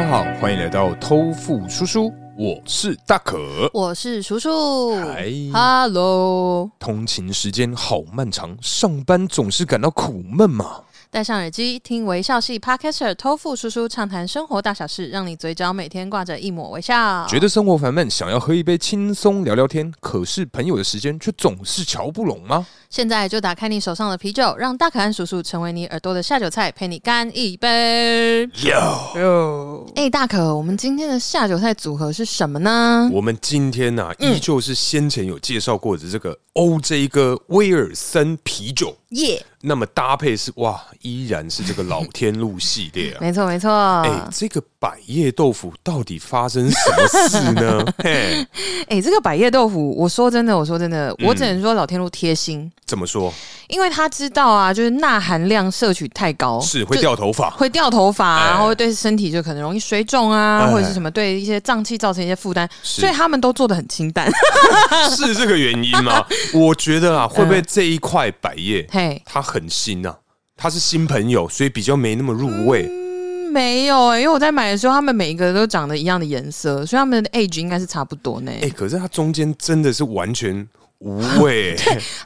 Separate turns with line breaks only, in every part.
来到偷富叔叔，我是大可。
我是叔叔。
嗨
Hello，
通勤时间好漫长，上班总是感到苦闷嘛。
戴上耳机，听微笑系 Podcaster 偷富叔叔畅谈生活大小事，让你嘴角每天挂着一抹微笑。
觉得生活烦闷，想要喝一杯轻松聊聊天，可是朋友的时间却总是瞧不拢吗？
现在就打开你手上的啤酒，让大可安叔叔成为你耳朵的下酒菜，陪你干一杯。
有。哦
哟，哎，大可，我们今天的下酒菜组合是什么 呢？
我们今天呢、依旧是先前有介绍过的这个 OJ 哥威尔森啤酒，
耶、
那么搭配是哇，依然是这个老天路系列啊。
没错没错。
哎、
哎、
这个百叶豆腐到底发生什么事呢？嘿，
哎这个百叶豆腐，我说真的，我说真的，我只能说老天路贴心，
怎么说？
因为他知道啊，就是钠含量摄取太高，
是会掉头 发，
会掉头发、
哎
然后对身体就可能容易水肿啊，
哎
或者是什么对一些脏器造成一些负担，
是
所以他们都做的很清 淡。
是这个原因吗？ 我觉得啊，会不会这一块百叶
嗯嘿，
它很新啊？它是新朋友，所以比较没那么入味。
嗯没有、欸，因为我在买的时候，他们每一个都长得一样的颜色，所以他们的 age 应该是差不多呢。
哎、可是它中间真的是完全无 味、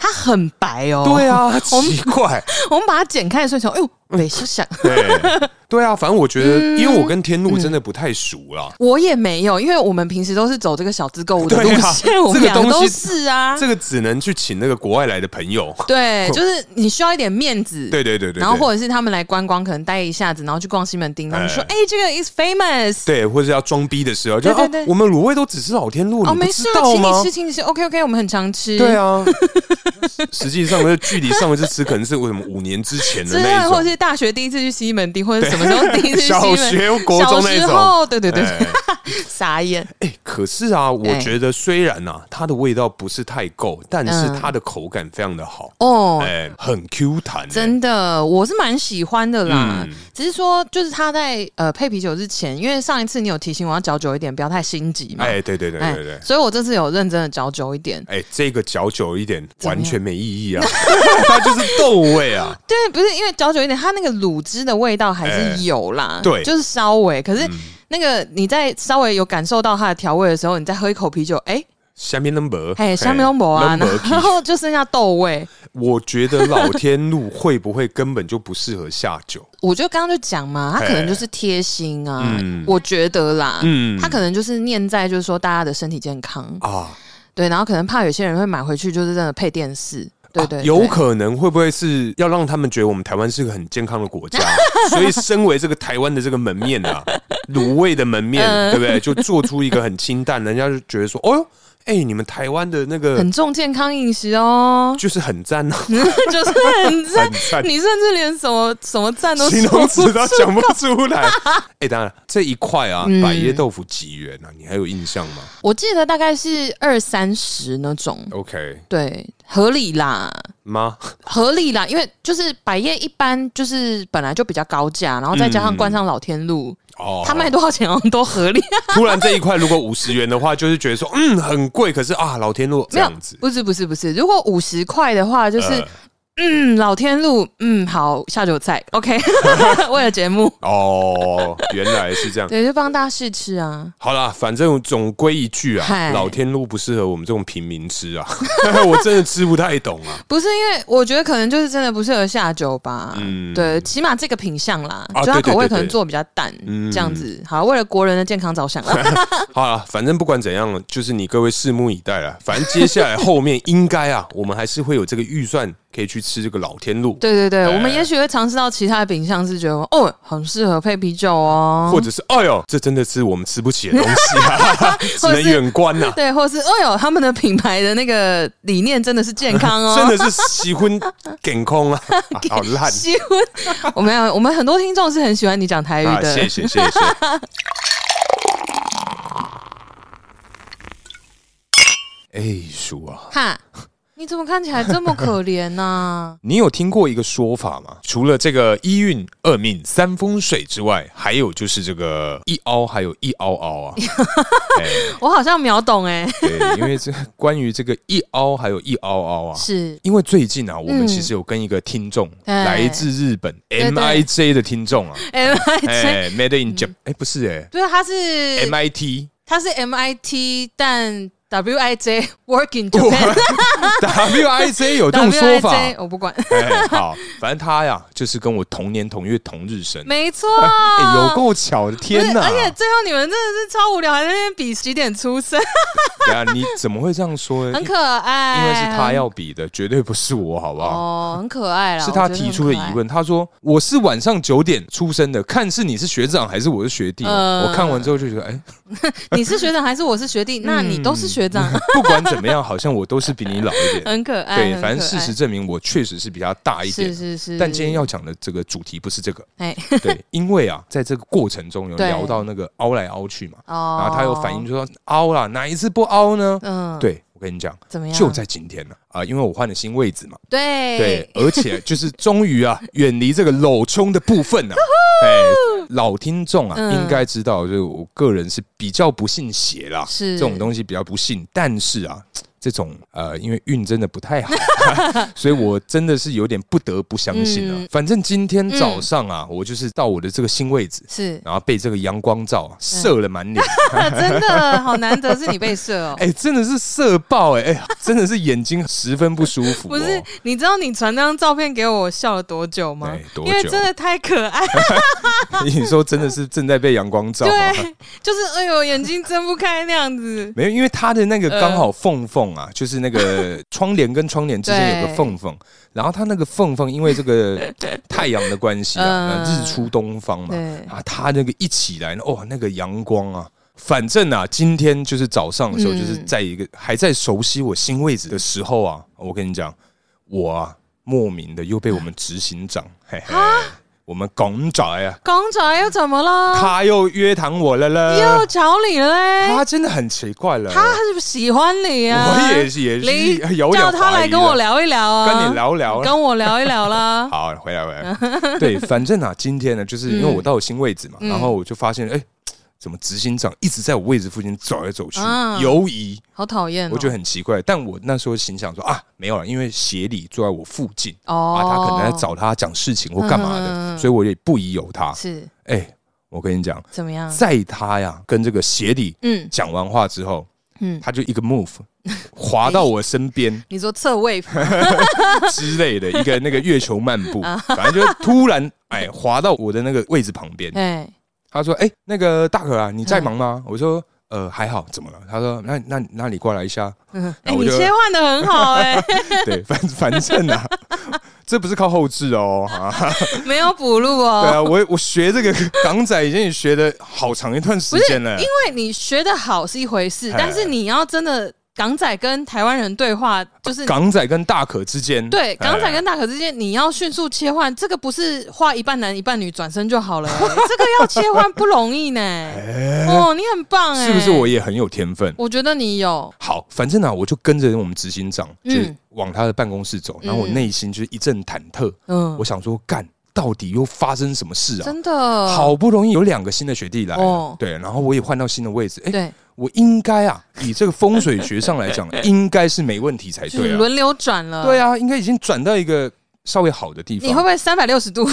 它很白哦，
对，啊，奇怪。
我们把它剪开的时候，哎呦，没想想，
对对啊，反正我觉得，
嗯
因为我跟天路真的不太熟啦。
我也没有，因为我们平时都是走这个小资购物的路
对啊
线，我
这
们
个
俩
东
都
西
是啊。
这个只能去请那个国外来的朋友。
对，就是你需要一点面 子，
对对对对对，
然后或者是他们来观光，可能待一下子，然后去逛西门町，然后你说：“哎、这个 is famous。
对，或者要装逼的时候，就
对对
哦
对，
我们卤味都只吃老天”路，
哦，
你不
没
知
事啊，
道
请
吗
你吃，？请你吃，OK OK，我们很常吃。
对，啊， 实际上的距离上一次吃可能是为什么五年之前的
真
那
的，啊
一
或者
种，
是大学第一次去西门町，或者什么 时候第一次去西
小
门
学、国中那一
小时
种。
候，对对对，
哎
傻眼。
哎，可是啊，我
哎
觉得虽然啊，它的味道不是太够，但是
嗯
它的口感非常的好，
哦，
哎，很 Q 弹，
真的，我是蛮喜欢的啦。
嗯
只是说，就是他在呃配啤酒之前，因为上一次你有提醒我要嚼久一点，不要太心急嘛。
哎，对对对
哎
对对。
所以我这次有认真的嚼久一点。
哎、这个嚼久一点，
么样
完全没意义啊！ 它就是豆味啊，
对，不是因为嚼久一点，它那个卤汁的味道还是有啦，
哎对嗯
就是稍微。可是那个你在稍微有感受到它的调味的时候，你再喝一口啤酒，哎、
下面 number，
哎，香槟龙博啊，
number
然后就剩下豆味。
我觉得老天路会不会根本就不适合下酒？
我就刚刚就讲嘛，它可能就是贴心啊，我觉得啦，
嗯
它可能就是念在就是说大家的身体健康，
啊，
对，然后可能怕有些人会买回去就是真的配电视，对对
啊
对
有可能会不会是要让他们觉得我们台湾是个很健康的国家， 所以身为这个台湾的这个门面啊，卤味的门面，
嗯
对不对？就做出一个很清淡，人家就觉得说，哦哟，哎、你们台湾的那个，
很重健康饮食哦
就是很赞 啊，
就是很赞
很，赞。
你甚至连什么什么赞都
形
说
容
不
词都
出
讲不出来。 哎、当然这一块啊，百叶豆腐几元啊？你还有印象吗
我记得大概是二三十那种，
？OK
对，合理啦，
吗？
合理啦，因为就是百叶一般就是本来就比较高价，然后再加上冠上老天路，
哦，
他卖多少钱好像都合理。
突然这一块如果五十元的话，就是觉得说嗯很贵，可是啊老天路这
没有
样子，
不是不是不是，如果五十块的话，就是、
呃
嗯，老天路，嗯，好下酒菜，OK，为 了节目，
哦，原来是这样。
对，就帮大家试吃啊。
好啦，反正总归一句啊，
嗨
老天路不适合我们这种平民吃啊， 我真的吃不太懂啊。
不是因为我觉得可能就是真的不适合下酒吧，
嗯
对，起码这个品相啦，
啊
就它
对对
口味
对
可能
对
做得比较淡，
嗯
这样子。好，为了国人的健康着想啦，
好啦，反正不管怎样，就是你各位拭目以待啦。反正接下来后面应该啊， 我们还是会有这个预算可以去吃这个老天路。
对对对，我们也许会尝试到其他的品相，是觉得哦，很适合配啤酒哦，
或者是哎呦，这真的是我们吃不起的东西 啊，只能远观啊呐、
对，或者是哦哟，他们的品牌的那个理念真的是健康哦，
真的是喜欢梗空 啊，啊好烂
喜欢。 我们有，我们很多听众是很喜欢你讲台语
啊！
的，
谢谢 谢谢。哎，叔啊，哎啊
哈。你怎么看起来这么可怜啊呐、
你有听过一个说法吗？除了这个一运、二命、三风水之外，还有就是这个一凹，还有一凹凹啊。哎
我好像秒懂哎、
对，因为这关于这个一凹，还有一凹凹啊。
是
因为最近啊，我们其实有跟一个听众，
哎
来自日本
对
MIJ 的听众啊，
M I T，
哎，Made in Japan，哎，不是哎
对，他是
，MIT
他是 M I T，但 W I J Work in Japan，
WIJ 有这种
W
说
I
法。
J 我不管，
哎，好，反正他呀，就是跟我同年同月同日生，
没错，
哎，有够巧的，
不
天
是
哪！
而且最后你们真的是超无聊，还在那边比几点出生，
等一下你怎么会这样说呢？
很可爱。
因为是他要比的，绝对不是我，好不好？
哦，很可爱啦，
是他
我觉得
提出的疑问， 他说我是晚上九点出生的，看是你是学长还是我是学弟。
呃
我看完之后就觉得，哎，
很可爱。你是学长还是我是学弟？那你都是学长，
不管怎么样，好像我都是比你老 一点。
很可爱。
嗯对，
哎很可
反
爱
正事实证明我确实是比他大一
是
点。
是是。
但今天要讲的这个主题不是这个，
哎
对，因为啊，在这个过程中有
对
聊到那个凹来凹去嘛，
哦，
然后他有反映说凹啦，哪一次不凹呢？
嗯，
对我跟你讲，
怎么样？
就在今天呢啊、因为我换了新位置嘛，
对
对，而 且就是终于啊，远离这个镂冲的部分呢、啊。哎，老听众啊，
嗯
应该知道，就是我个人是比较不信邪啦，
是
这种东西比较不信。但是啊，这种呃，因为运真的不太好， 所以我真的是有点不得不相信了、
嗯
反正今天早上啊，我就是到我的这个新位置，
是 嗯
然后被这个阳光照啊射了满脸，
真的好难得是你被射哦。
哎、真的是射爆哎、哎，真的是眼睛十分不舒服、哦。
不是，你知道你传那张照片给我，我笑了多久吗
对？多
因为
久
真的太可爱，
你说真的是正在被阳光照、啊。
对，就是哎呦，眼睛睁不开那样子。
没有，因为它的那个
嗯
刚好缝缝啊，就是那 个窗帘跟窗帘之间有个缝缝，然后它那个缝缝因为这 个太阳的关系啊，
嗯
日出东方嘛，
对，
啊，它那个一起来呢，哦，那个阳光啊。反正啊，今天就是早上的时候，
嗯
就是在一个还在熟悉我新位置的时候啊，我跟你讲，我啊莫名的又被我们执行长，嘿嘿，我们港仔啊，
公仔又怎么了？
他又约谈我了
啊又
了，
找你了嘞？
呃他真的很奇怪了，
他是不是喜欢你啊？
我也是也
你
是有点
叫他
怀
来
疑
跟我
了，
聊一聊啊，
跟你聊聊了。
跟我聊一聊啦。
好，回来回来。 对，反正啊，今天呢，就是因为我到了新位置嘛，
嗯
然后我就发现，哎，怎么执行长一直在我位置附近走来走去
啊，
游移，
好讨厌哦，
我觉得很奇怪。但我那时候心想说啊，没有了，因为协理坐在我附近啊，
哦，
他可能在找他讲事情或干嘛
嗯嗯嗯
的，
嗯
所以我也不疑有他。
是
哎，我跟你讲，
怎么样？
在他呀跟这个协理
嗯
讲完话之后，
嗯，
他就一个 move 滑到我身边。
你说 侧位
哎之类的一个那个月球漫 步，
啊
反正就突然哎滑到我的那个位置旁边。
哎，
他说：“哎、那个大可啊，你在忙
嗯
吗？”我说：“呃，还好，怎么了？”他说：“那那那你过来一下。
嗯，哎，
然后我
你
就
切换的很好 哎，”
对，反反正啊，这不是靠后置 哦。啊
没有补录
对
哦。
啊，我我学这个港仔已经学了好长一段时间了
哦因。为你学的好是一回事，
哎
但是你要真的港仔跟台湾人对话，就是
港仔跟大可之间，
对港仔
哎
跟大可之间，你要迅速切换，这个不是画一半男一半女转身就好了 欸，这个要切换不容易呢。哦，你很棒哎，
是不是我？也很有天分？
我觉得你有，
好，反正啊，我就跟着我们执行长，就
嗯
是往他的办公室走，然后我
嗯
内心就是一阵忐忑，
嗯
我，想说，干，到底又发生什么事啊？
真的
好不容易有两个新的学弟来了，
哦
对，然后我也换到新的位置，哎、
对，
我应该啊，以这个风水学上 来讲，应该是没问题才
就是
对啊，
轮流转了。
对啊，应该已经转到一个稍微好的地
你会不
方，
会三百六 十度？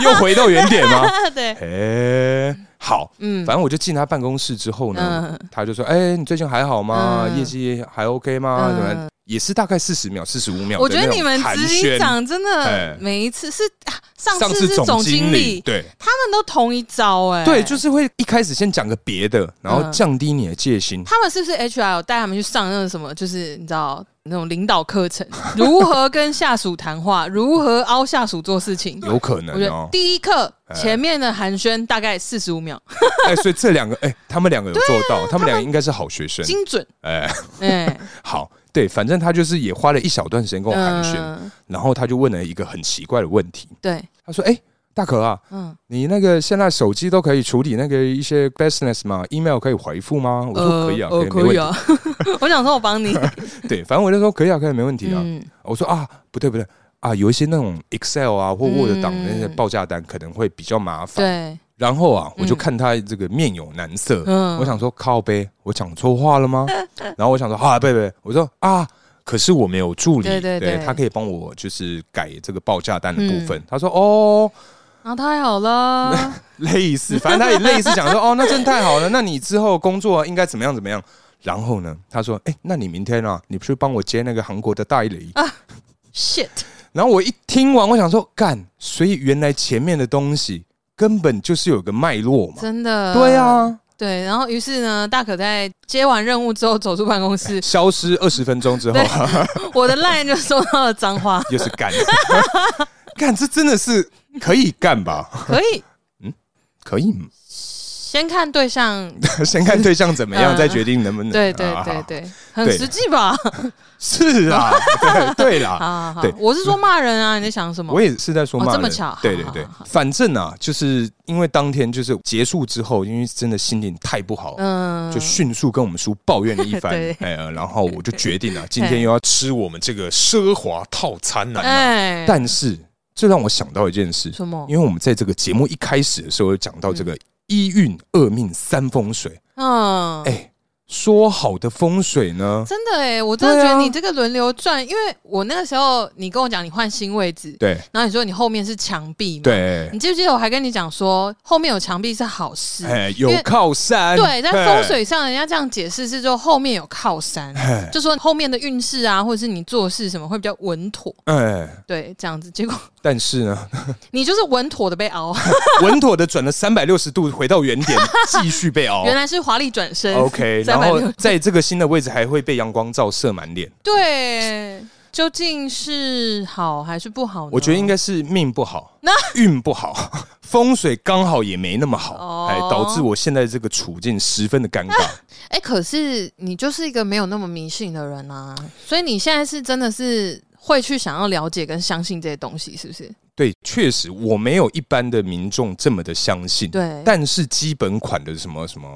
又回到原点 吗？
对，
哎、好，
嗯，
反正我就进他办公室之后呢，
嗯
他就说：“哎、你最近还好吗？
嗯
业绩还 OK 吗？
嗯
怎么样？”也是大概四十秒、四十五秒。
我觉得你们执行长真
哎
的每一次是啊上
上
次
次
是
总
经
经理，
理，
对
他们都同一招哎。
对，就是会一开始先讲个别的，然后
嗯
降低你的戒心。
他们是不是 HR 有带他们去上那种什么，就是你知道那种领导课程， 如何跟下属谈话，如何凹下属做事情？
有可
嗯我
能
觉得
哦，
第一课
哎
前面的寒暄大概四十五秒，
哎，所以这两个，哎，他们两个有
啊
做到，他们两个应该是好学生，
精准，
哎，
哎，
好，对，反正他就是也花了一小段时间跟我寒暄，
嗯，
然后他就问了一个很奇怪的问题，
对，
他说：“哎，大可啊，
嗯，
你那个现在手机都可以处理那个一些 business 嘛，email 可以回复吗？”我说：“可以啊，
呃呃
没问
可
题
以。啊。 我想说，我帮你。
对，反正我就说：“可以啊，可以，没问题啊。
嗯，
我说：“啊，不对不对啊，有一些那种 Excel 啊或 Word 档
嗯
那些报价单可能会比较麻烦。
对，
然后啊，我就
嗯
看他这个面有难色，
嗯，
我想说靠呗，我讲错话了 吗？然后我想说啊，贝贝，我说啊，可是我没有助理，
对对对
他可以帮我就是改这个报价单的部分。
嗯
他说哦，
啊，太好 了，
类似，反正他也类似讲说哦，那真的太好了，那你之后工作应该怎么样怎么样。然后呢，他说：“哎、那你明天啊，你去帮我接那个韩国的代 理。
shit，
然后我一听完，我想说，干，所以原来前面的东西根本就是有个脉络嘛。
真的。
对，啊，，
对。然后，于是呢，大可在接完任务之后走出办公室
消失二十分钟之后
对，我的 line 就收到了脏话，
又是干， 干这真的是可以干吧？
可以
可以，
先看 对象，
先看对象怎么样，
嗯
再决定能不能。
对对
啊
对，对，很
对
实际吧？
是啊，对对啦，
好好好
对，
我是说骂人啊，你在想什么
我？也是在说
哦
骂人。
这么巧
对
好
对
好
对
好，好
反正啊，就是因为当天就是结束之后，因为真的心情太不好。
嗯，
就迅速跟我们叔抱怨了 一番
对，
哎呀，然后我就决定啊 了，今天又要吃我们这个奢华套餐了、
哎，
但是这让我想到一件事，
什么？
因为我们在这个节目一开始的时候有讲到这个一运二命三风水，
嗯，
哎、说好的风水呢？
真的哎，我真的
对啊
觉得你这个轮流转，因为我那个时候你跟我讲你换新位置，
对
然后你说你后面是墙壁嘛，
对，
你记不记得我还跟你讲说后面有墙壁是好事，
哎、有靠山，
对，在
哎
风水上人家这样解释是说后面有靠山，
哎
就说后面的运势啊，或者是你做事什么会比较稳妥，
哎、
对，这样子，结果
但是呢，
你就是稳妥的被熬，
稳妥的转了三百六十度回到原 点，继续被熬。
原来是华丽转身
OK，然 后
360
在这个新的位置还会被阳光照射满脸，
哦对，究竟是好还是不好呢？
我觉得应该是命不好
那，
运不好， 风水刚好也没那么好，
哦
哎、导致我现在这个处境十分的尴尬。
哎、可是你就是一个没有那么迷信的人啊，所以你现在是真的是会去想要了解跟相信这些东西，是不是？
对，确实我没有一般的民众这么的相信。
对
但是基本款的什么什么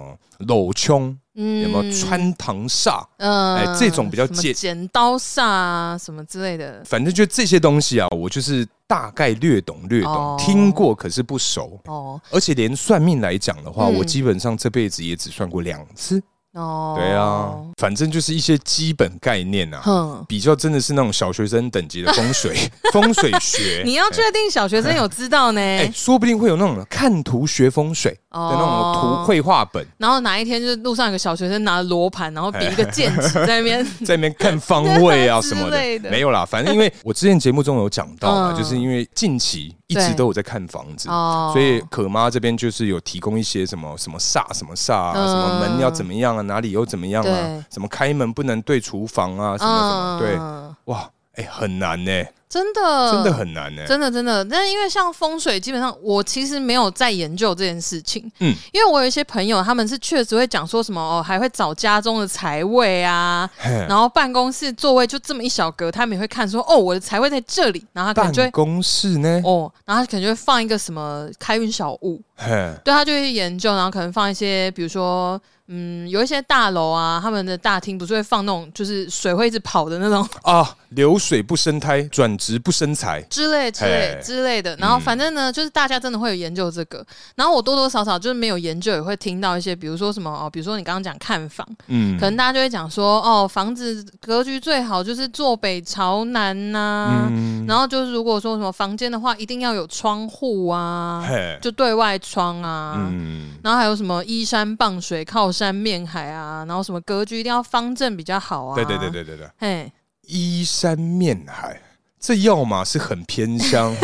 镂胸，
嗯
有没有穿堂煞，
呃
哎这种比较
什么
简
剪刀煞啊什么之类的，
反正就这些东西啊，我就是大概略懂略懂，
哦
听过可是不熟。
哦
而且连算命来讲的话，
嗯
我基本上这辈子也只算过两次。
哦，
对啊，，反正就是一些基本概念啊。
哼。
比较真的是那种小学生等级的风水 风水学，
你要确定小学生有知道呢，
哎、说不定会有那种看图学风水的
哦
那种图绘画本，
然后哪一天就是路上有个小学生拿着罗盘，然后比一个剑指在 那边，
在那边看方位啊什么
之类的
没有啦，反正因为我之前节目中有讲到嘛，
嗯
就是因为近期一直
对
都有在看房子。
哦
所以可妈这边就是有提供一些什么什么煞什么煞啊，
嗯
什么门要怎么样啊，哪里又怎么样啊
对，
什么开门不能对厨房啊，什么什么，
嗯
对，哇，哎、很难呢、
真的
真的很难呢、
嗯真的真的，但因为像风水，基本上我其实没有在研究这件事情。
嗯
嗯，因为我有一些朋友，他们是确实会讲说什么哦，还会找家中的财位啊，
嘿
然后办公室座位就这么一小格，他们也会看说哦，我的财位在这里，然后他可能就
办
会
公室呢，
哦，然后他可能就会放一个什么开运小物，
嘿，
对他就会研究，然后可能放一些，比如说嗯，有一些大楼啊，他们的大厅不是会放那种就是水会一直跑的那种
啊，流水不生胎，转职不生财。
之类之类
嘿嗯
之类的。然后反正呢，就是大家真的会有研究这个。然后我多多少少就是没有研究，也会听到一些，比如说什么哦，比如说你刚刚讲看房，
嗯
可，能大家就会讲说哦，房子格局最好就是坐北朝南呐、
嗯
然后就是如果说什么房间的话，一定要有窗户啊，
嘿，
就对外窗啊。
嗯，
然后还有什么依山傍水、靠山面海啊，然后什么格局一定要方正比较好啊。
对对对，对对对，
嘿，
依山面海，这要么是很偏 乡。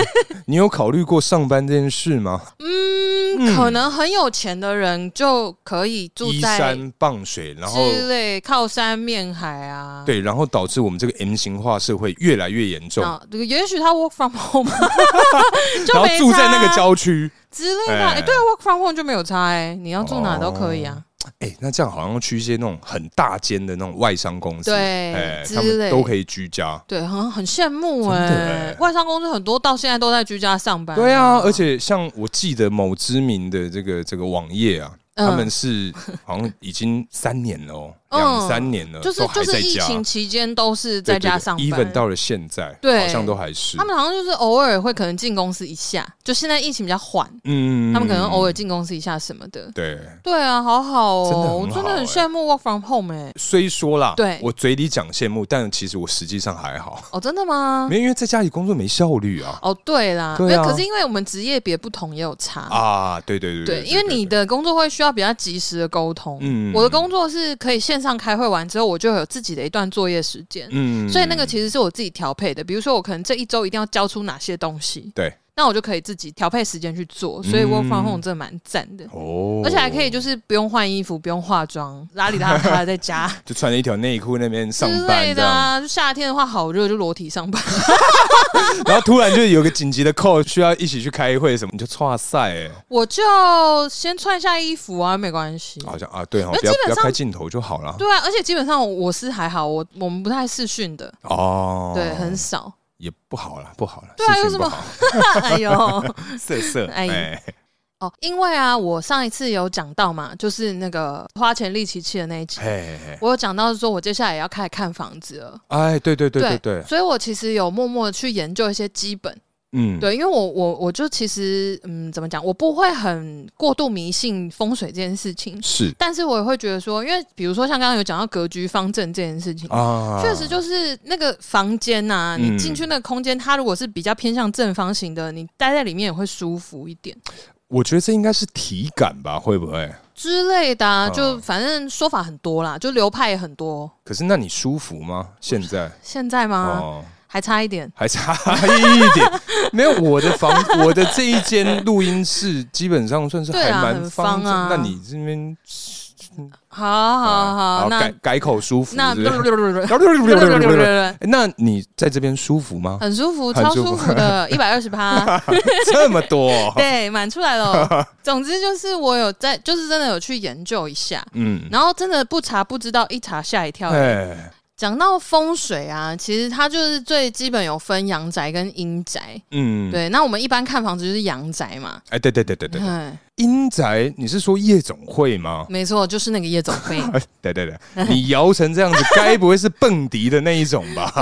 你有考虑过上班这件事吗？
嗯，可能很有钱的人就可以住
依
在
山傍水，然后
之类靠山面海啊。
对，然后导致我们这个 M 型化社会越来越严重，
啊，这个也许他 work from home，就啊
然后
没
住在那
差
个郊区。
之类的啊。
哎
哎，对啊，work from home 就没有差哎，你要住哪都可以啊。
哎、哎、那这样好像去一些那种很大间的那种外商公司，
对
哎
之
他们
类
都可以居家。
对，很很羡慕哎、
真的欸
外商公司很多到现在都在居家上班。
对啊，而且像我记得某知名的这个这个网页啊，
嗯
他们是好像已经三年了、哦，
嗯
两三年了，
就是
都
就
还
是
在
疫
家，
情期间都是在家上班。
e v e n 到了现在，
对
好像都还是
他们好像就是偶尔会可能进公司一下，就现在疫情比较缓，
嗯
他们可能偶尔进公司一下什么的。
对。
对啊，好好
真的
哦，
很
我真的
好
很
欸
羡慕 work from home 哎、
虽说啦，
对
我嘴里讲羡慕，但其实我实际上还 好，
哦，真的吗
没？有因为在家里工作没效率啊
哦，对啦，
对啊
没有可是因为我们职业别不同也有差。
啊，对对对
哦对，因为你
对
的工作会需要比较及时的沟通。
嗯
我的工作是可以线上开会完之后，我就有自己的一段作业时间。
嗯
所以那个其实是我自己调配的。比如说，我可能这一周一定要交出哪些东西，
对嗯
那我就可以自己调配时间去做。所以 work from home 真的蛮赞的。
哦，
而且还可以，就是不用换衣服，不用化妆，邋里邋遢的在家
就穿着一条内裤那边
之
上班
类
这
的
样，
啊。就夏天的话，好热，就裸体上班。
然后突然就有个紧急的 call 需要一起去开会什么，你就哇塞、欸，
我就先穿一下衣服啊，没关系。
好像啊对哦，
那
不要
基本
不要
上
开镜头就好了
对啊，而且基本上我是还好，我我们不太视讯的，
哦，
对，很少。
也不好了，不好了，
对啊
事情
有什么
不好
哎呦，
色色
哎
哎、
哦，因为啊，我上一次有讲到嘛，就是那个花钱利奇器的那一集，
哎
我有讲到说我接下来也要开始看房子了。
哎，对对对对对，
所以我其实有默默的去研究一些基本，
嗯，
对，因为我我我就其实嗯，怎么讲，我不会很过度迷信风水这件事情，
是
但是我也会觉得说，因为比如说像刚刚有讲到格局方正这件事情，
啊，
确实就是那个房间呐、
嗯
你进去那个空间，它如果是比较偏向正方形的，你待在里面也会舒服一点
我觉得这应该是体感吧，会不会？
之类的、啊。
嗯
就反正说法很多啦，就流派也很多。
可是那你舒服吗？现在
现在吗？
哦，
还差一点。
还差一点。 没有我的房，我的这一间录音室基本上算是
对
还
啊
蛮
很
方
方
正。
啊
那你这边
好好好，
啊
那
改改口舒服
那
是不是哎 那你在这边舒服吗？
很舒服，
很
超
舒服
舒服的， 一百二十 趴，
这么多，
对，满出 来了。总之就是我有在，就是真的有去研究一下，
嗯，
然后真的不查不知道，一查吓一跳。
哎，
讲到风水啊，其实它就是最基本有分阳宅跟阴宅。
嗯，，
对，那我们一般看房子就是阳宅嘛。
哎，对对对对对，
嗯，
阴宅，你是说夜总会吗？
没错，就是那个夜总 会。
哎对对对，你摇成这样子，该不会是蹦迪的那一种 吧？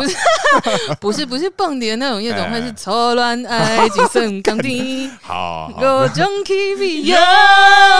不是不是蹦迪的那种夜总会，
哎
是错乱爱情圣钢定，
好，好
各种 K P 有，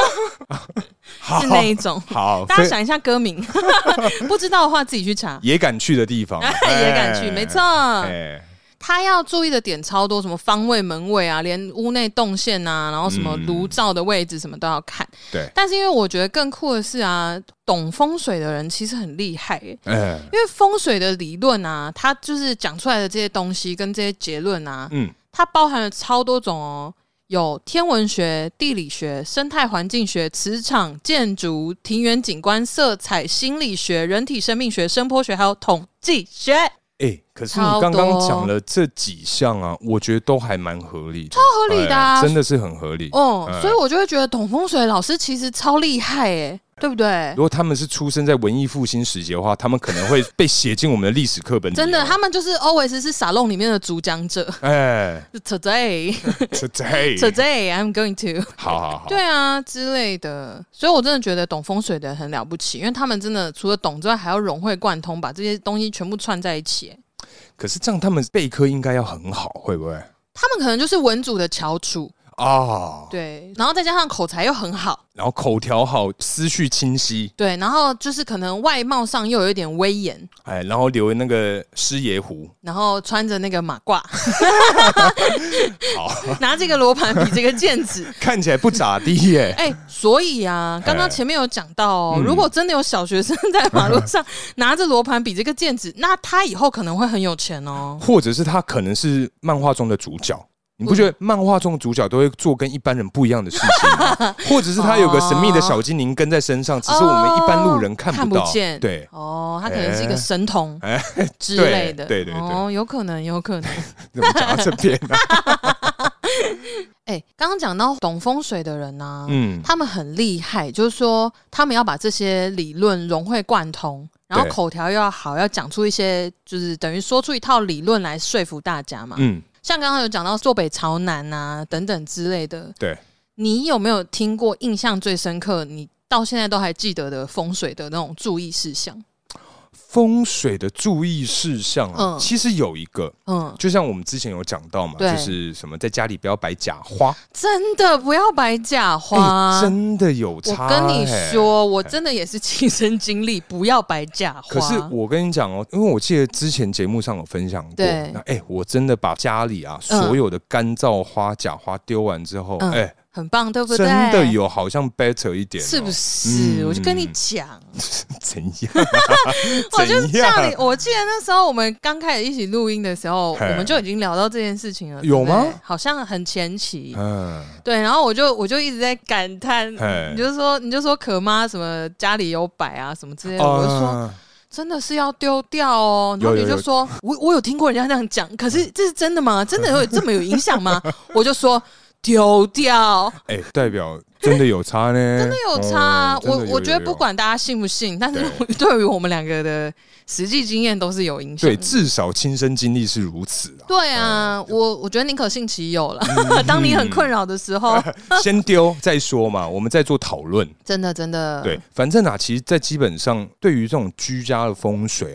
好
是那一种。
好，
大家
非
想一下歌名，
哦
不知道的话自己去查。
也敢去的地方，
也敢去，
哎
没错。
哎，
他要注意的点超多，什么方位、门位啊，连屋内动线啊，然后什么
嗯
炉灶的位置什么都要看。
对
但是因为我觉得更酷的是啊，懂风水的人其实很厉害、耶
哎，
因为风水的理论啊，它就是讲出来的这些东西跟这些结论啊，
嗯，
它包含了超多种哦，有天文学、地理学、生态环境学、磁场、建筑、庭园景观、色彩、心理学、人体生命学、声波学，还有统计学，
哎，可是你
超多
刚刚讲了这几项啊，我觉得都还蛮合理的，超
合理的啊
真的是很合理。
哦，
哎
所以我就会觉得懂风水的老师其实超厉害哎，对不对
如？果他们是出生在文艺复兴时期的话，他们可能会被写进我们的历史课本里。
真的，，他们就是 always 是沙龙里面的主讲者。
哎，
Today,
这这
today, I'm going to
好好好，
对啊之类的，所以我真的觉得懂风水的人很了不起，因为他们真的除了懂之外，还要融会贯通，把这些东西全部串在一起。
可是这样他们备课应该要很好，会不会
他们可能就是文主的翘楚，
啊？
对，然后再加上口才又很好，
然后口条好，思绪清晰，
对，然后就是可能外貌上又有一点威严，
哎，然后留那个师爷胡，
然后穿着那个马褂， 拿这个罗盘比这个剑指，
看起来不咋地耶。
哎、所以啊，刚刚前面有讲到哦，
哎嗯
如果真的有小学生在马路上拿着罗盘比这个剑指， 那他以后可能会很有钱哦。
或者是他可能是漫画中的主角。你不觉得漫画中的主角都会做跟一般人不一样的事情 吗？或者是他有个神秘的小精灵跟在身上，只是我们一般路人看
看
不到。
见，
对，
哦，他可能是一个神童
哎
之类的，
对对对对
哦，有可能，有可能，
啊怎么讲到这边呢、
哎、刚刚讲到懂风水的人呢、
嗯，
他们很厉害，就是说他们要把这些理论融会贯通，然后
对
口条又要好，要讲出一些就是等于说出一套理论来说服大家嘛。
嗯，
像刚刚有讲到坐北朝南啊等等之类的，
对，
你有没有听过印象最深刻，你到现在都还记得的风水的那种注意事项？
风水的注意事项啊，
嗯
其实有一个，
嗯，
就像我们之前有讲到嘛，
对
就是什么在家里不要摆假花，
真的不要摆假花。
哎真的有差、
我跟你
哎。
说，我真的也是亲身经历，不要摆假
可
花。
是我跟你讲哦，因为我记得之前节目上有分享过，
对
那哎、我真的把家里啊、
嗯
所有的干燥花、假花丢完之后，哎、
嗯很棒，对不对？
真的有好像 better 一点、哦，
是不是？
嗯
我就跟你讲，
怎样？啊
我就
怎样
叫你。我记得那时候我们刚开始一起录音的时候，
嘿
我们就已经聊到这件事情了，
有
对不对
吗？
好像很前期。
嗯，
对，然后我就我就一直在感叹，
嘿
你就说你就说可妈什么家里有摆啊什么之类的，我就说
啊
真的是要丢掉哦。然
有
后你
有
就
有
说，我我有听过人家这样讲，可是这是真的吗？真的有这么有影响 吗？我就说丢掉，
哎、代表真的有差呢，
真的有差、啊
哦真的
我
有
我觉得
有
不
有
管大家信不信，但是
对
对于我们两个的实际经验都是有影响
对，
的。
至少亲身经历是如此啊。
对啊，我我觉得宁可信其有了。
嗯
当你很困扰的时 候，
先丢再说嘛，我们再做讨论。
真的真的，
对，，反正啊，其实，在基本上，对于这种居家的风水啊，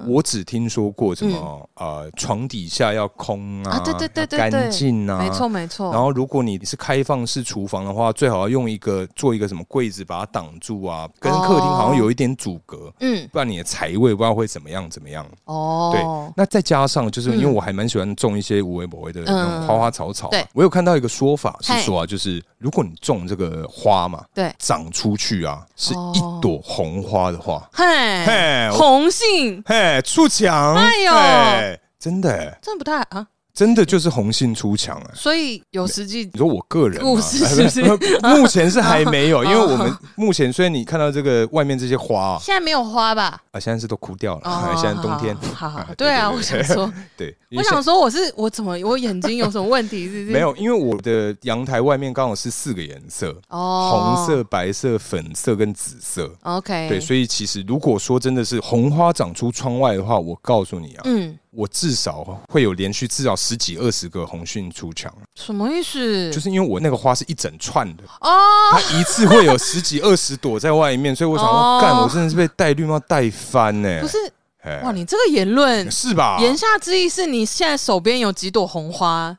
嗯，
我只听说过什么、呃，床底下要空啊，
啊对对对对
要干净啊，
没错。没
然
错，
后，如果你是开放式厨房的话，最好要用一个做一个什么柜子把它挡住啊，跟客厅好像有一点阻隔，
嗯，
不然你的财位不知道会怎么样怎么样。
哦
对，，那再加上就是因为
嗯
我还蛮喜欢种一些无为不为的那
嗯
种花花草草、啊
对
我有看到一个说法是
嘿
说啊，就是如果你种这个花嘛，
对，
长出去啊是
哦
一朵红花的话，
嘿，
嘿，我
红杏
嘿，出墙，
哎呦
嘿真的、欸，
真的不太啊，
真的就是红杏出墙哎、
所以有实际
你说我个人、啊、
故事是不是？
目前是还没 有，因为我们目前虽然你看到这个外面这些花啊，
现在没有花吧？
啊现在是都枯掉了，
哦
啊，现在冬天，
好好，好
啊
对啊，
对
我想说，
对，因
我
为现
想说我是我怎么我眼睛有什么问题？是不是
没有，因为我的阳台外面刚好是四个颜色，
哦，哎
红色、白色、粉色跟紫色。
OK，
对，所以其实如果说真的是红花长出窗外的话，我告诉你啊，
嗯，
我至少会有连续至少十几二十个红杏出墙，
什么意思？
就是因为我那个花是一整串 的，
哦，
它一次会有十几二十朵在外面，所以我想说，
哦
干，我真的是被戴绿帽戴翻呢、
不是
哎，
哇，你这个言论。
是吧？
言下之意是你现在手边有几朵红花，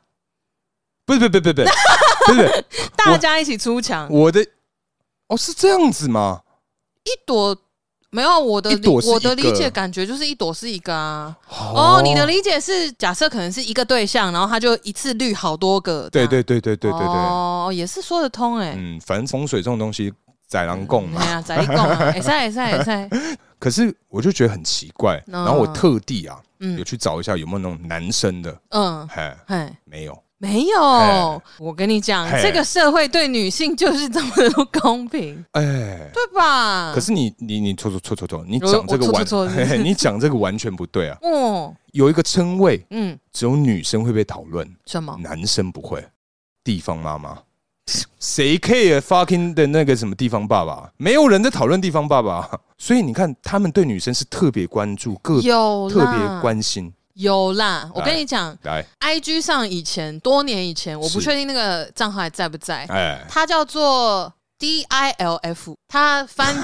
不是，不是，不是， 不是，不是，
大家一起出墙，
我的哦，是这样子吗？
一朵没有我的
一
理
朵是
我的
一
理
个
解感觉就是一朵是一个啊。哦，你的理解是假设可能是一个对象，然后他就一次绿好多个。
对对对对对对对，
哦，也是说得通哎。
嗯，反正风水这种东西，宰狼共嘛
哎。呀，在共 啊，哎塞哎塞哎塞，
可是我就觉得很奇怪，
嗯
然后我特地啊，有
嗯
去找一下有没有那种男生的，
嗯，
嘿，
哎。
没有。
没有，我跟你讲，
嘿
这个社会对女性就是这么不 公平，
哎，
对吧？
可，是你你你错错错错错，你
嗯我
讲这个
我
完
错错错是不 是，
你讲这个完全不对啊！
哦，
有一个称谓，
嗯，
只有女生会被讨论，
什么？
男生不会。地方妈 妈，谁 care fucking 的那个什么地方爸爸？没有人在讨论地方爸爸，所以你看，他们对女生是特别关注，各嗯
有
特
啦，
别关哎心。
有啦。我
来
跟你讲
来，
，IG 上以前多年以前，我不
是
确定那个账号还在不在，
哎，
它叫做 DILF，它翻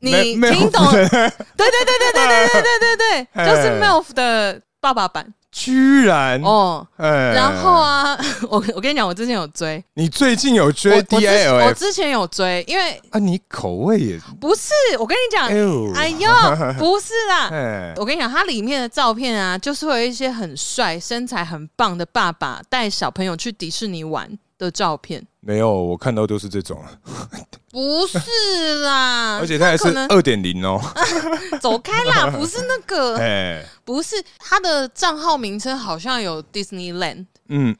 你
没没有
听懂？对对对对对对对对 对对，
哎
就是 MILF 的爸爸版
居然
哦。
哎
然后啊， 我我跟你讲，我之前有追，
你最近有
我
追
我之我
DLF
之前有追，因为
啊？你口味也
不是我跟你讲，
哎呦
哎呦， 不是啦。
哎
我跟你讲，它里面的照片啊，就是会有一些很帅、身材很棒的爸爸带小朋友去迪士尼玩的照片。
没有，我看到都是这种，啊
不是啦，
而且它还是
那啊可能啊
二点零哦。
走开 啦，不是那个，
哎，
不是他的账号名称好像有 Disneyland，
嗯，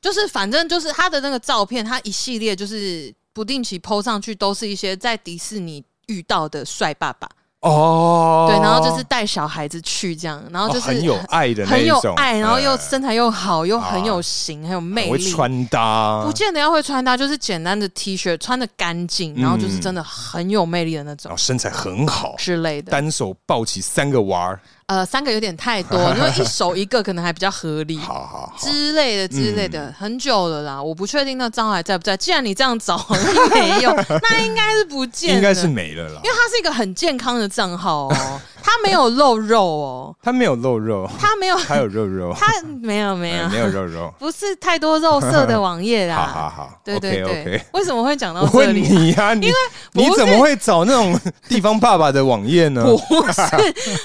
就是反正就是他的那个照片，他一系列就是不定期 PO 上去，都是一些在迪士尼遇到的帅爸爸。
哦，
对，然后就是带小孩子去这样，然后就
哦、很
是
有爱的那
很
一
有
种，
爱，然后又
呃
身材又好，又很有
啊
型，很有
很
魅
会
力。
穿搭，
不见得要会穿搭，就是简单的 T 恤，穿的干净，
嗯
然后就是真的很有魅力的那
然
种
后身材很好，
之类的。
单手抱起三个娃儿，
呃，三个有点 太多，因为一手一个可能还比较合理。
好好好，嗯
之类的之类的，很久了啦，我不确定那账号还在不在。既然你这样找，好像没 有，那应该是不见了，
应该是没了啦
因。为它是一个很健康的账号哦，它没有露肉哦，
他没有露肉，
它没有，
他有肉肉，
它没有 没有
呃，没有肉 肉。
不是太多肉色的网页 啦。
好好好，
对对
o k
对
OK。
为什么会讲到
我
这
问
里？
你呀、你你
不
怎么会找那种地方爸爸的网页呢？
不是，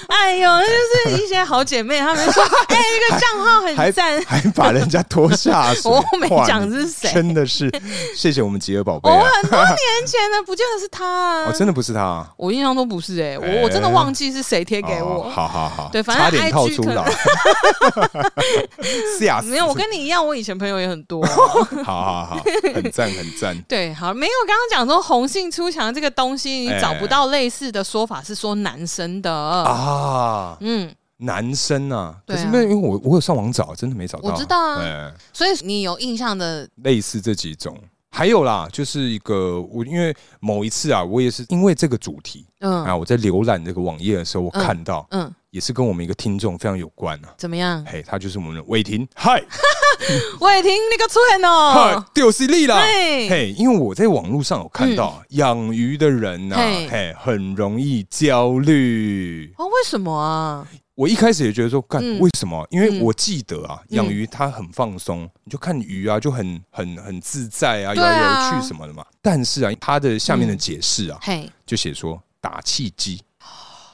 哎呦，那就是一些好姐妹，她们说，哎、这个账号很
还
赞，
还把人家拖 下水，
我没
哇
讲
你
是谁
真的是谢谢我们吉尔宝贝
我
啊！
哦很多年前的，不见得是她、 啊
哦，真的不是他、啊，
我印象中不是哎、我我真的
哎
忘记是谁贴给我。
哦好好好，
对反正
差点
IG
套出
可
来， 吓死！
没有，我跟你一样，我以前朋友也很多啊、。
好好好，很赞很赞
对，好，没有。刚刚讲说红杏出墙这个东西，你找不到类似的说法是说男生的。
啊，
嗯，
男生啊，
对
可
啊
是没有，因为我我有上网找，真的没找到。
我知道啊
哎
所以你有印象的
类似这几种，还有啦，就是一个我因为某一次啊，我也是因为这个主题
嗯
啊，我在浏览这个网页的时候，我
嗯
看到
嗯，
也是跟我们一个听众非常有关啊。
怎么样？
嘿，他就是我们的伟霆，嗨
伟霆，你个蠢
嗨
哦！，
就是你啦！
对
嘿，因为我在网络上有看到啊养鱼的人呐，
嗯嘿
嘿，很容易焦虑。
哦，为什么啊？
我一开始也觉得说，干
嗯
为什么？因为
嗯
我记得啊，
嗯
养鱼它很放松，你就看鱼啊，就很很很自在啊，游
对啊
来游去什么的嘛。但是啊，它的下面的
嗯
解释啊，
嘿，
就写说打气机，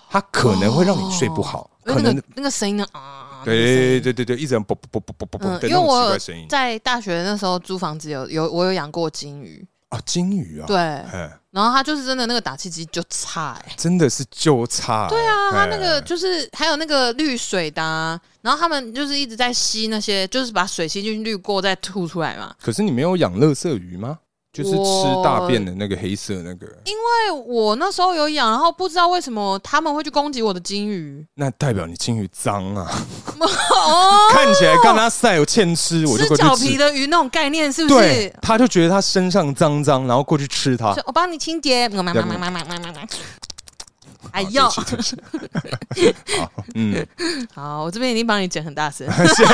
它可能会让你睡不好，可
因哦为那个
能
那个声音呢？啊，那个声音
对对对对，一直很啵啵啵啵啵啵啵
嗯，
的
因
那
为
种奇
我
怪声音
在大学那时候租房子有有我有养过金鱼，
啊，金鱼啊，
对，
嘿，
然后它就是真的那个打气机就差哎、
真的是就差，对
啊，它那
哎
个就是还有那个滤水的、啊，然后他们就是一直在吸那些，就是把水吸进去滤过再吐出来嘛。
可是你没有养乐色鱼吗？就是吃大便的那个黑色那个，
因为我那时候有养，然后不知道为什么他们会去攻击我的金 鱼
那代表你金鱼脏啊！
哦，
看起来刚他晒有欠吃，我就
吃
过去
脚
吃
皮的鱼那种概念是不
对
是？，
他就觉得他身上脏脏，然后过去吃它
就。我哦帮你清洁，妈妈
对
妈妈妈妈妈妈。哎
好
呦，
对不起对不起好，嗯，
好，我这边已经帮你剪很大声。
谢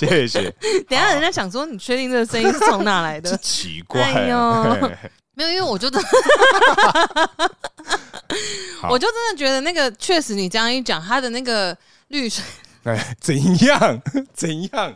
谢谢谢，
等一下人家想说，你确定这个声音是从哪来
这？
的
奇怪
哎呦，
嘿
没有，因为我就真的
好
我就真的觉得那个确实，你这样一讲，它的那个绿水
哎，怎样 怎样？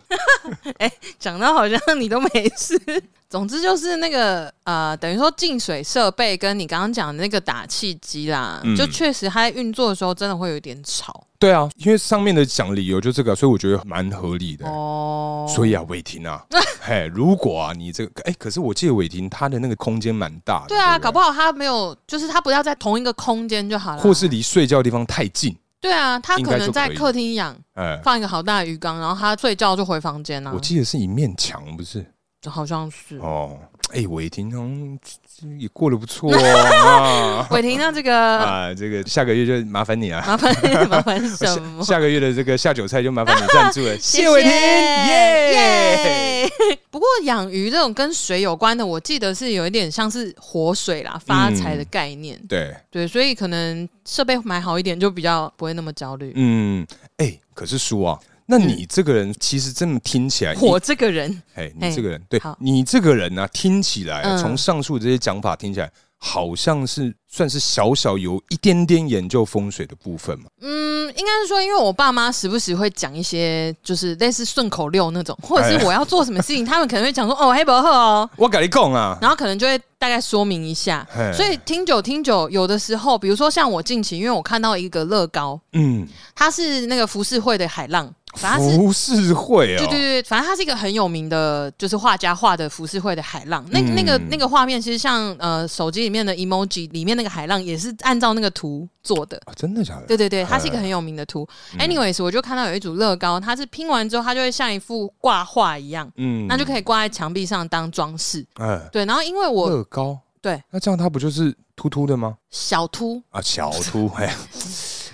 讲到好像你都没事。 总之就是那个呃，等于说净水设备跟你刚刚讲的那个打气机啦，
嗯
就确实它在运作的时候真的会有点吵
对啊，因为上面的讲理由就这个，啊所以我觉得蛮合理的。
哦。
所以啊，伟霆 啊，嘿，如果啊，你这个，哎、可是我记得伟霆他的那个空间蛮大的，
对啊，搞不
好，
好它没有，就是它不要在同一个空间就好了。
或是离睡觉的地方太近，
对啊，它
应
可
该
能
就
在
可以
客厅养，
哎、
放一个好大的鱼缸，然后它睡觉就回房间啊
我。记得是一面墙，不是？
好像是。
哦，哎、伟霆嗯这也过得不错 哦
伟霆，那 这
啊
个
啊，这个下个月就麻烦你啊。
麻烦 麻烦什么
下？下个月的这个下酒菜就麻烦你赞助 了，
谢
谢伟霆，耶！
耶！ 不过养鱼这种跟水有关的，我记得是有一点像是活水
嗯
啦、发财的概念。
对，
对，所以可能设备买好一点，就比较不会那么焦虑。
嗯，哎、可是叔啊，那
嗯
你这个人其实这么听起来，
我这个人，
哎，
嘿
你这个人，对
好
你这个人呢、听起来啊
嗯
从、上述这些讲法听起来，好像是算是小小有一点点研究风水的部分嘛。
嗯，应该是说，因为我爸妈时不时会讲一些就是类似顺口溜那种，或者
哎
是我要做什么 事情，他们可能会讲说哦黑伯赫哦，
我跟你讲啊，
然后可能就会大概说明一下。
嘿
所以听久听久，有的时候，比如说像我近期，因为我看到一个乐高，
嗯，
它是那个浮世绘的海浪，反正它是。
浮世绘哦，
对对对，反正它是一个很有名的，就是画家画的浮世绘的海浪。那、
嗯
那个那个画面，其实像呃手机里面的 emoji 里面那个海浪，也是按照那个图做的。
啊真的假的？
对对对，它是一个很有名的图。Anyways，我就
嗯
看到有一组乐高，它是拼完之后，它就会像一幅挂画一样，
嗯
那就可以挂在墙壁上当装饰。
哎，
对，然后因为我
乐高，
对
那这样它不就是秃秃的吗？
小秃，
啊，小秃， 哎，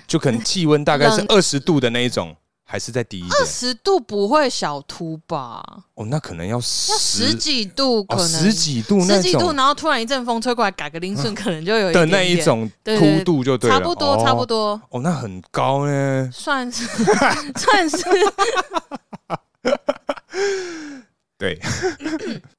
就可能气温大概是
冷
二十度的那一种，还是再低一点
二。十度不会小秃吧？
哦，那可能要
要十
十
几度可
哦
能、
十几度那
十几度，
种
然后突然一阵风吹过来，嘎个 零顺，可能就有一
的
点
那一
点，
种
对对
凸度就对了，
差不多，差
多。
不多，
哦，那很高呢。
算是算是，
对，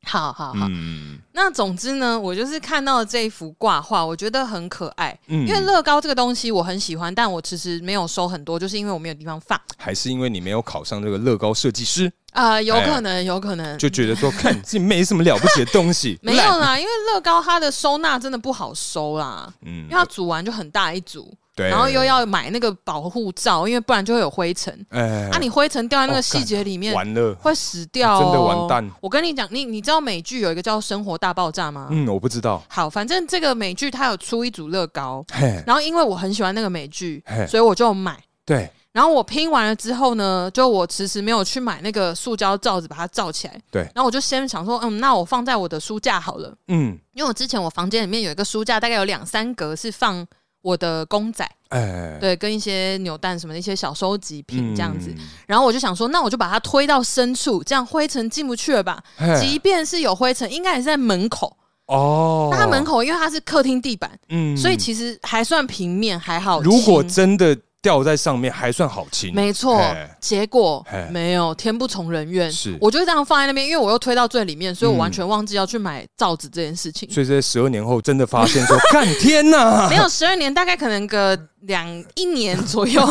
好好好。
嗯
那总之呢，我就是看到这一幅挂画，我觉得很可爱。
嗯
因为乐高这个东西我很喜欢，但我其实没有收很多，就是因为我没有地方放。
还是因为你没有考上这个乐高设计师，
啊，有
哎
可能，有可能，，
就觉得说看 自己没什么了不起的东西
没有
烂。
啦，因为乐高它的收纳真的不好收啦，
嗯哎
因为它组完就很大一组，
对，
然后又要买那个保护罩，因为不然就会有灰尘。
哎
啊，你灰尘掉在那个
哦干
细节里面
完了。
会死掉、哦，
真的完蛋。
我跟你讲，你你知道美剧有一个叫《生活大爆炸》吗？
嗯，我不知道。
好，反正这个美剧它有出一组乐高，
嘿，
然后因为我很喜欢那个美剧
嘿，
所以我就买。
对，
然后我拼完了之后呢，就我迟迟没有去买那个塑胶罩子把它罩起来。
对
然后我就先想说，嗯，那我放在我的书架好了，
嗯，
因为我之前我房间里面有一个书架，大概有两三格是放我的公仔，
哎，
对，跟一些扭蛋什么的一些小收集品
嗯
这样子。，然后我就想说，那我就把它推到深处，这样灰尘进不去了吧？
嗯嘿
即便是有灰尘，应该也是在门口。
哦，
那它门，口因为它是客厅地板，
嗯
所以其实还算平面，还好清。
如果真的掉在上面，还算好清。
没错
嘿，
结果
嘿
没有，天不从人愿。
是
我就这样放在那边，因为我又推到最里面，所以我
嗯
完全忘记要去买罩子这件 事情。
所以在十二年后，真的发现说， 干天呐，
没有十二年，大概可能个两一年 左右，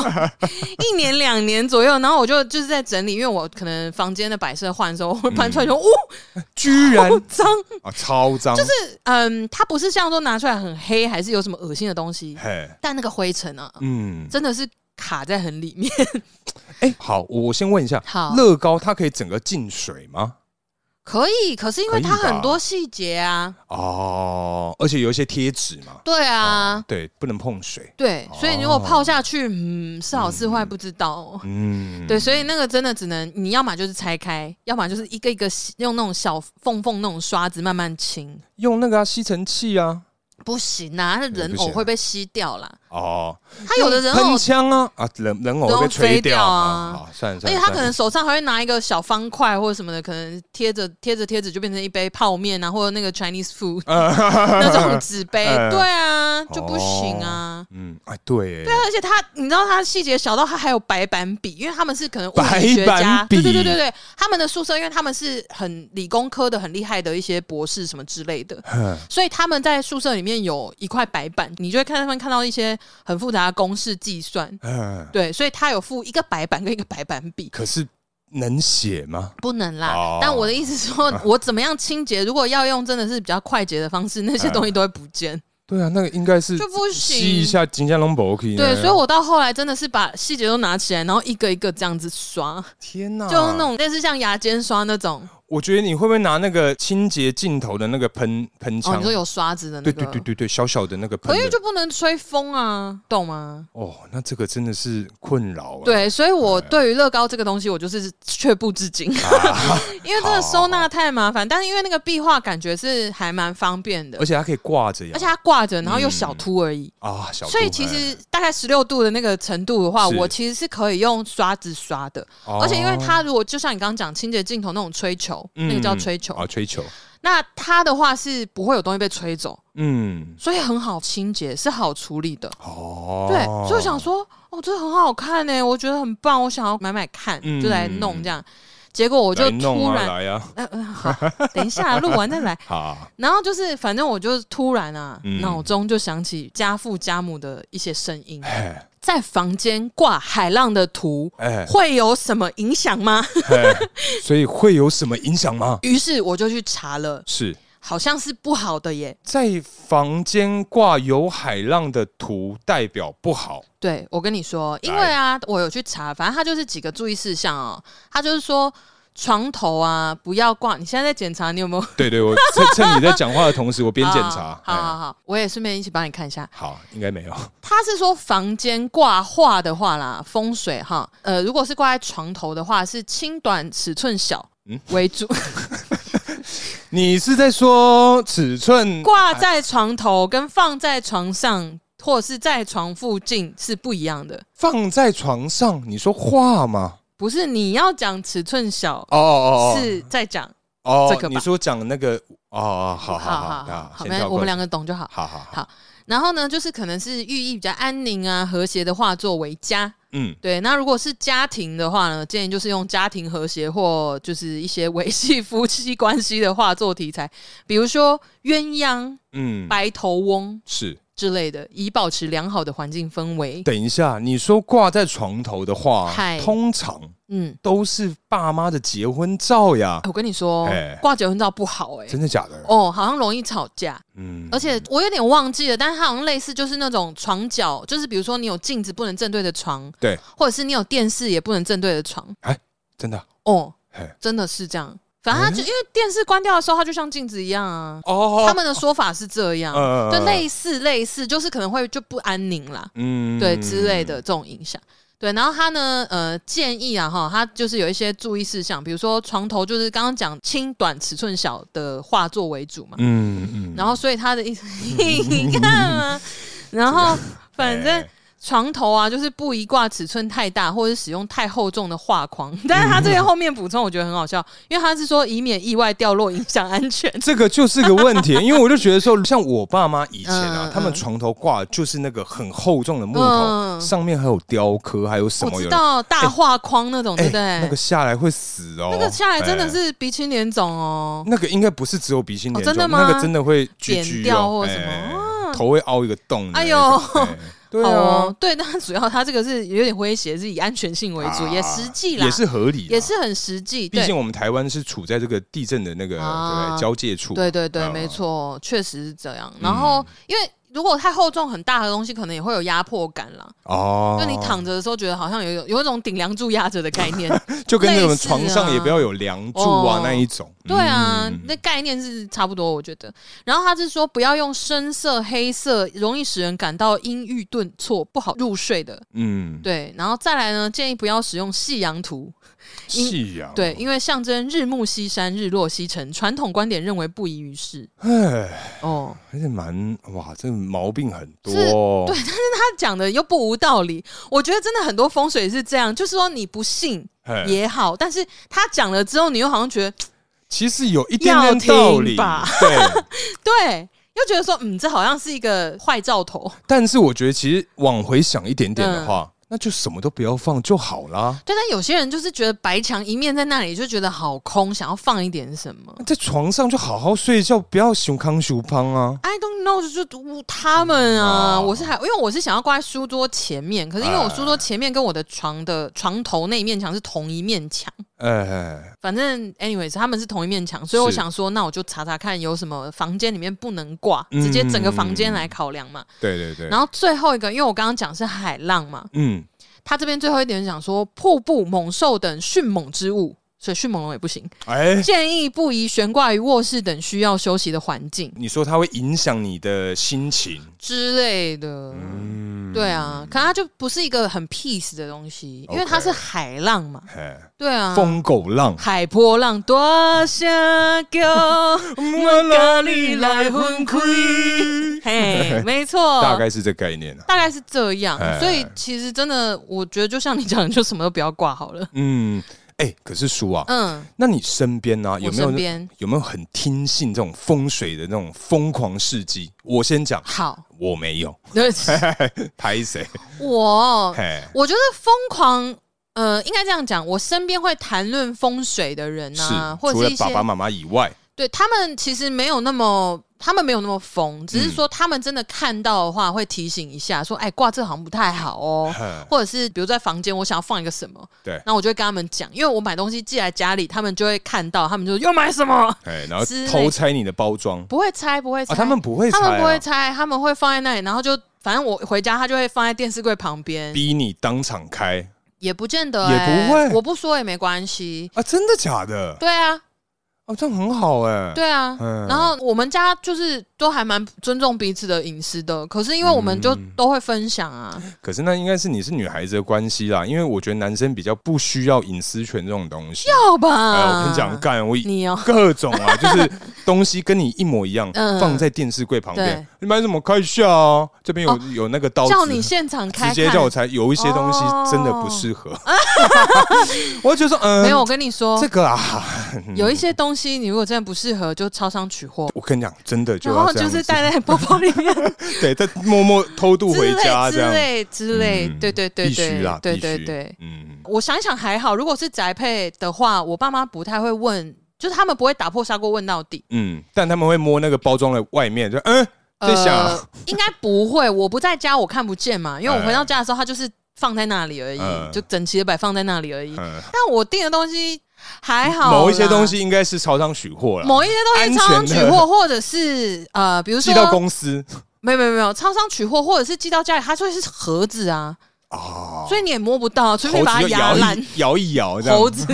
一年两年左右。然后我就就是在整理，因为我可能房间的摆设换的时候，我会搬出来说，哦，
居 然
好脏。
啊，超脏，就是
嗯，它不是像说拿出来很黑，还是有什么恶心的东西，
嘿，
但那个灰尘啊，
嗯，
真的是卡在很里面。
哎，好，我我先问一下，
好，
乐高它可以整个进水吗？
可以，可是因
可
为
以
它很
吧
多细节啊，
哦，而且有一些贴纸嘛，
对啊。
对，不能碰水。
对，所以如果泡下去，嗯，是好是坏不知道、哦。
嗯，
对，所以那个真的只能你要么就是拆开，要么就是一个一个洗用那种小缝缝那种刷子慢慢清。
用那个啊吸尘器啊，
不行啊，那人
不
偶
行啊
会被吸掉啦。
哦，
他有的人偶
喷，枪啊啊，人人偶会被
人偶飞
吹
掉啊
啊，好算了
而
算
且
了，
他可
算
能
了
手上还会拿一个小方块或者什么的，可能贴着贴着贴着就变成一杯泡面啊，或者那个 Chinese food、那种纸杯。
呃
对啊，就不行啊。
嗯，哎，对耶，
而且他，你知道他细节小到他还有白板笔，因为他们是可能物
白
理学家，
板笔
对对对对对，他们的宿舍，因为他们是很理工科的、很厉害的一些博士什么之类 的，
哼
所以他们在宿舍里面有一块白板，你就会看他们看到一些很复杂的公式计算。
嗯，
对，所以他有附一个白板跟一个白板笔，
可是能写吗？
不能啦。
哦
但我的意思是 说，我怎么样清洁？如果要用真的是比较快捷的方式，那些东西都会不 见，
对啊，那个应该是
就不
吸
行
一。下啊金加龙博可以呢。
对，所以我到后来真的是把细节都拿起来，然后一个一个这样子刷。
天哪，
就那种类似像牙尖刷那种，
我觉得你会不会拿那个清洁镜头的那个喷喷
哦，
枪
你说？有刷子的那
对
个，
对对对对，小小的那个
可
喷
因为
的。
就不能吹风啊，懂吗？
哦，那这个真的是困扰啊。
对，所以我对于乐高这个东西，我就是却步至今，
啊
因为真的收纳太麻烦。但是因为那个壁画感觉是还蛮方便的
而，且它可以挂着呀
而且。它挂着，然后又小凸而已，
啊，小
所以
兔
其
哎
实大概十六度的那个程度的话，
是
我其实是可以用刷子刷的。
哦
而且因为它如果就像你刚刚讲清洁镜头那种吹球，那个叫
嗯
吹球，
啊，吹球，
那它的话是不会有东西被吹走。
嗯，
所以很好清洁，是好处理的。
哦，
对，所以我想说，哦，这很好看呢、我觉得很棒，我想要买买看，
嗯
就来弄这样。结果我就
来弄
突
啊，
然，
来啊，
呃呃，好，等一下录完再来。
好，
然后就是，反正我就是突然啊，
嗯
脑中就想起家父家母的一些声音，
哎
在房间挂海浪的图
哎，
会有什么影响吗？
哎所以会有什么影响吗？
于是我就去查了，
是
好像是不好的耶。
在房间挂有海浪的图，代表不好。
对，我跟你说，因为啊，我有去查，反正它就是几个注意事项哦。它就是说，床头啊不要挂。你现在在检查，你有没有
对对，我趁趁你在讲话的同时，我边检查
好。好
哎
好好，我也顺便一起帮你看一下。
好，应该没有。
它是说房间挂画的话啦，风水哈，呃，如果是挂在床头的话，是轻短尺寸小
嗯
为主。
你是在说尺寸？
挂在床头跟放在床上或是在床附近是不一样的。
放在床上，你说画吗？
不是你要讲尺寸小，
哦哦哦，
是在讲
哦，
这个吧
你说讲那个哦哦，好好
好
好，
好，
先
没
跳
有
过
我们
去
两个懂就好。
好好好，
好然后呢，就是可能是寓意比较安宁啊、和谐的画作为家。
嗯，
对，那如果是家庭的话呢，建议就是用家庭和谐或就是一些维系夫妻关系的画作题材，比如说鸳鸯、
嗯，
白头翁
是。
之类的，以保持良好的环境氛围。
等一下，你说挂在床头的话
嗨，
通常
嗯，
都是爸妈的结婚照呀
哎，我跟你说
哎，
挂结婚照不好哎、
真的假的？
哦，好像容易吵架，
嗯，
而且我有点忘记了，但是它好像类似就是那种床角，就是比如说你有镜子不能正对着床，
对，
或者是你有电视也不能正对着床，
真的
哦
嘿，哎嗯
真的是这样。反正它就、因为电视关掉的时候，它就像镜子一样啊。
哦
他们的说法是这样，
嗯嗯嗯
对，
嗯
类似类似，就是可能会就不安宁啦，
嗯
对之类的这种影响。对，然后他呢，呃，建议啊哈，他就是有一些注意事项，比如说床头就是刚刚讲轻短、尺寸小的画作为主嘛，
嗯嗯，
然后所以他的意思，你看 嘛，然后反正
哎
床头啊，就是不宜挂尺寸太大或者使用太厚重的画框。但是他这边后面补充，我觉得很好笑，因为他是说以免意外掉落影响安全。
这个就是个问 题，因为我就觉得说，像我爸妈以前啊
嗯，
他们床头挂的就是那个很厚重的木头，
嗯
上面还有雕刻，还有什
我
么
知
有
道大画框那哦种，对
哎
不对？
那个下来会死哦，
那个下来真的
哎。
是鼻青脸肿哦，
那个应该不是只有鼻心
哦
点，
真的吗
那个真的会锯
扁
锯
掉
哦
或什么
哎
啊
头会凹一个洞的那种。
哎呦
哎对
好
啊
哦，，对，但 主要他这个是有点威胁，是以安全性为主，
啊
也实际啦，
也是合理啦，
也是很实际，
毕
对
竟我们台湾是处在这个地震的那个、
啊
对不对交界处，
对对对，
啊嗯
没错，确实是这样。然后，因为如果太厚重、很大的东西，可能也会有压迫感啦。
哦，
就你躺着的时候，觉得好像有一种有一种顶梁柱压着的概 念。
就跟那种
类似啊
床上也不要有梁柱啊、
哦
那一种，
对啊
嗯，
那概念是差不多，我觉得。然后他是说，不要用深色、黑色，容易使人感到阴郁顿挫、不好入睡的。
嗯，
对，然后再来呢，建议不要使用夕阳图，
夕阳，
对，，因为象征日暮西山、日落西沉，传统观点认为不宜于世。
哎，
哦，
还是蛮哇，这毛病很多，对，
他讲的又不无道理，我觉得真的很多风水是这样，就是说你不信
哎
也好，但是他讲了之后，你又好像觉得
其实有一点点道
要
理
听吧，
对，
对，又觉得说嗯，这好像是一个坏兆头。
但是我觉得其实往回想一点点的
嗯
话，那就什么都不要放就好啦。
对，但有些人就是觉得白墙一面在那里，就觉得好空，想要放一点什么。
在床上就好好睡觉，不要熊康熊胖啊！
I don't know，就是读他们啊，
哦
我是还因为我是想要挂在书桌前面，可是因为我书桌前面跟我的床的床头那一面墙是同一面墙，
哎，
反正 anyways 他们是同一面墙，所以
是
我想说，那我就查查看有什么房间里面不能挂，
嗯
直接整个房间来考量嘛。
对对对，
然后最后一个，因为我刚刚讲是海浪嘛，
嗯，
他这边最后一点讲说瀑布、猛兽等迅猛之物，所以迅猛龙也 不行，
哎，
建议不宜悬挂于卧室等需要休息的环境
你说它会影响你的心情，
之类的。
嗯，
对啊，可它就不是一个很 peace 的东西，因为
OK
它是海浪嘛。
嘿
对啊，
疯狗浪，
海波浪多下 叫，
我
甲你来分开嘿，没错，
大概是这概念啊。
大概是这样。
哎
所以其实真的，我觉得就像你讲的，就什么都不要挂好了。
嗯，哎、可是叔啊，
嗯，
那你身边呢、啊、有
我
没有
身边
有没有很听信这种风水的那种疯狂事迹？我先讲，
好，
我没 有，
对，
拍谁？
我
嘿，
我觉得疯狂。呃，应该这样讲，我身边会谈论风水的人
是
啊，或者
除
是
了
一些
爸爸妈妈以外，
对他们其实没有那么，他们没有那么疯，只是说
嗯
他们真的看到的话会提醒一下，说哎挂这好像不太好 哦，
嘿
或者是比如在房间我想要放一个什么，
对，
那我就会跟他们讲，因为我买东西寄来家里，他们就会看到，他们就又买 什么，
嘿，然后
之类
偷拆你的包装
不会拆不会拆，
啊？他们不会拆、
他
啊，
们不会拆，他们会放在那里，然后就反正我回家他就会放在电视柜旁边，
逼你当场开
也不见得、
也
哎
不会
我不说也没关系，
啊？真的假的？
对啊，
哦，这样很好哎、
对啊，
嗯
然后我们家就是都还蛮尊重彼此的隐私的，可是因为我们就都会分享啊，
可是那应该是你是女孩子的关系啦，因为我觉得男生比较不需要隐私权这种东西。
要吧？
哎我跟你讲，干我
你哦，
各种 啊，就是东西跟你一模一样，
嗯
放在电视柜旁边
对，
你买什么开一下啊？这边有
哦
有那个刀
叫你
子，
现场
直
开看，
接叫我才有一些东西
哦
真的不适合。我就说，嗯，
没有，我跟你说
这，个啊，
有一些东西你如果真的不适合，就超商取货。
我跟你讲，真的就
然
要
后
这
哦就
样
是
子，
带在包包里面
对，再默默偷渡
之
回
类
家这
之
样，
类之类，
嗯
对对对
必须啦
对，，
必
对
须
对对。
嗯，
我想一想还好，如果是宅配的话，我爸妈不太会问，就是他们不会打破砂锅问到底。
嗯，但他们会摸那个包装的外面，就嗯，在想啊、
呃，应该不会，我不在家，我看不见嘛，因为我
哎
回到家的时候，它就是放在那里而已，
嗯
就整齐的摆放在那里而已。
嗯，
但我订的东西还好，
某一些东。西应该是超商取货了，
某一些东西超商取
安全
货，或者是呃，比如说
寄到公司
没有没有没有，超商取货或者是寄到家里，它就会是盒子啊，
哦，
所以你也摸不到，除非
猴
你把
子就
它压
摇
烂。
一摇一摇这样
猴子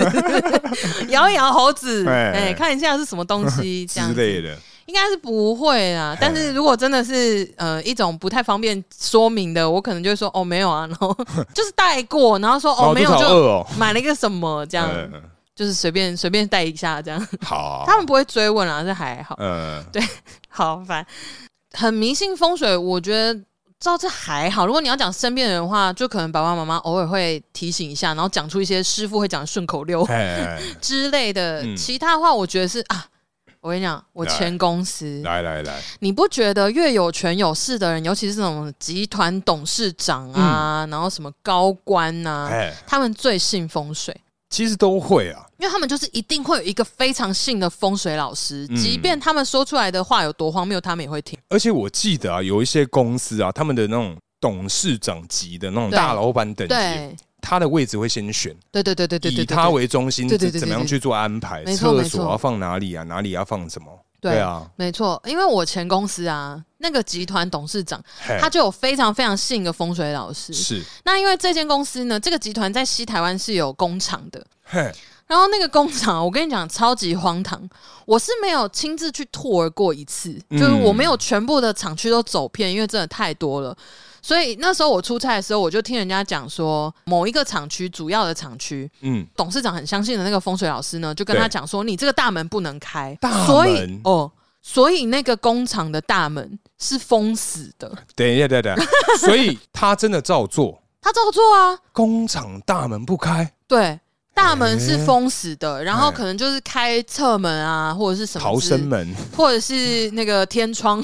摇一摇猴子，
哎
哎、看一下是什么 东西这
之
样
类
子，
的，
应该是不会啦。但是如果真的是呃一种不太方便说明的，我可能就会说哦没有啊，然 后就是带过，然后说
然
哦
后
没
肚子好
有就
饿哦，
买了一个什么这样，
嗯，
就是随便随便带一下这样，
好，
他们不会追问啊，这还好。
嗯，
好烦，很迷信风水，我觉得。照这还好，如果你要讲身边的人的话，就可能爸爸妈妈偶尔会提醒一下，然后讲出一些师傅会讲的顺口溜
哎，哎
之类的。
嗯哎
其他的话，我觉得是啊，我跟你讲，我
来
前公司，
来来来，
你不觉得越有权有势的人，尤其是那种集团董事长啊，然后什么高官呐、啊，
嗯哎，
他们最信风水？
其实都会啊，
因为他们就是一定会有一个非常信的风水老师，
嗯
即便他们说出来的话有多荒谬，他们也会听。
而且我记得啊，有一些公司啊，他们的那种董事长级的那种
对
大老板等级，
对，
他的位置会先选，
对对对对对对，
以
对
他为中心，
对对对
怎
对
怎么样去做安排？
没错
厕
没
所
错
要放哪里啊？哪里要放什么？
对
对啊，
没错，因为我前公司啊，那个集团董事长
嘿
他就有非常非常信的风水老师。
是
那因为这间公司呢，这个集团在西台湾是有工厂的，
嘿，
然后那个工厂，我跟你讲，超级荒唐。我是没有亲自去 tour 过一次，
嗯
就是我没有全部的厂区都走遍，因为真的太多了。所以那时候我出差的时候，我就听人家讲说，某一个厂区主要的厂区，
嗯，
董事长很相信的那个风水老师呢，就跟
对
他讲说，你这个大门不能开，
大门
所以哦，所以那个工厂的大门是封死的。
等一下，等一下，等一 下所以他真的照做，
他照做啊，
工厂大门不开，
对，大门是
诶
封死的，然后
哎
可能就是开侧门啊，或者是什么
逃
之
生门，
或者是那个天 窗，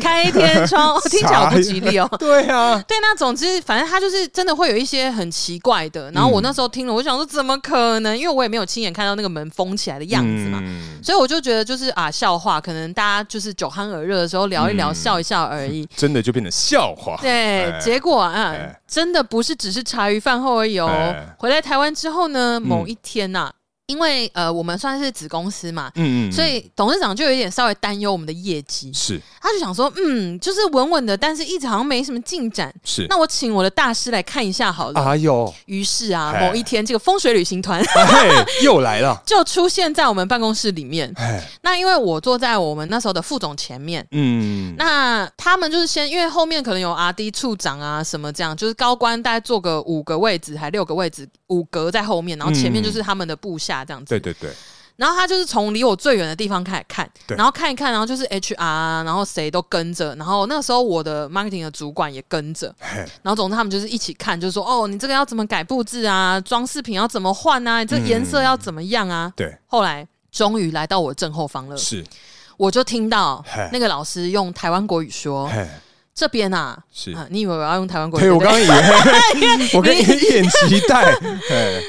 开天窗，听起来好不吉利哦。
对啊，
对，那总之，反正他就是真的会有一些很奇怪的。然后我那时候听了，我就想说，怎么可能？因为我也没有亲眼看到那个门封起来的样子嘛，
嗯
所以我就觉得就是啊，笑话，可能大家就是酒酣耳热的时候聊一聊，
嗯
笑一笑 而已。
真的就变成笑话，
对
哎，
结果啊，
哎
真的不是只是茶余饭后而已哦。
哎嗯
回来台湾之后呢，某一天呐、因为呃，我们算是子公司嘛，
嗯
所以董事长就有一点稍微担忧我们的业绩，
是
他就想说，嗯，就是稳稳的，但是一直好像没什么进展。
是，
那我请我的大师来看一下好了。
哎呦，
于是啊，
哎
某一天，这个风水旅行团
嘿，又来了，
就出现在我们办公室里面。
哎，
那因为我坐在我们那时候的副总前面，
嗯，
那他们就是先，因为后面可能有 R D 处长啊什么这样，就是高官大概坐个五个位置还六个位置，五格在后面，然后前面就是他们的部下这样
嗯
子。
对对对，
然后他就是从离我最远的地方开始看，
对
然后看一看，然后就是 HR，然后谁都跟着，然后那个时候我的 marketing 的主管也跟着，
嘿，
然后总之他们就是一起看，就是说哦，你这个要怎么改布置啊，装饰品要怎么换啊，你这个颜色要怎么样啊？
对，
后来终于来到我正后方了，
是，
我就听到
嘿
那个老师用台湾国语说
嘿，：“
这边啊，
是。
啊，你以为我要用台湾国语？
对，我
对
刚
不对哎
刚以 为，我刚一脸期待，嘿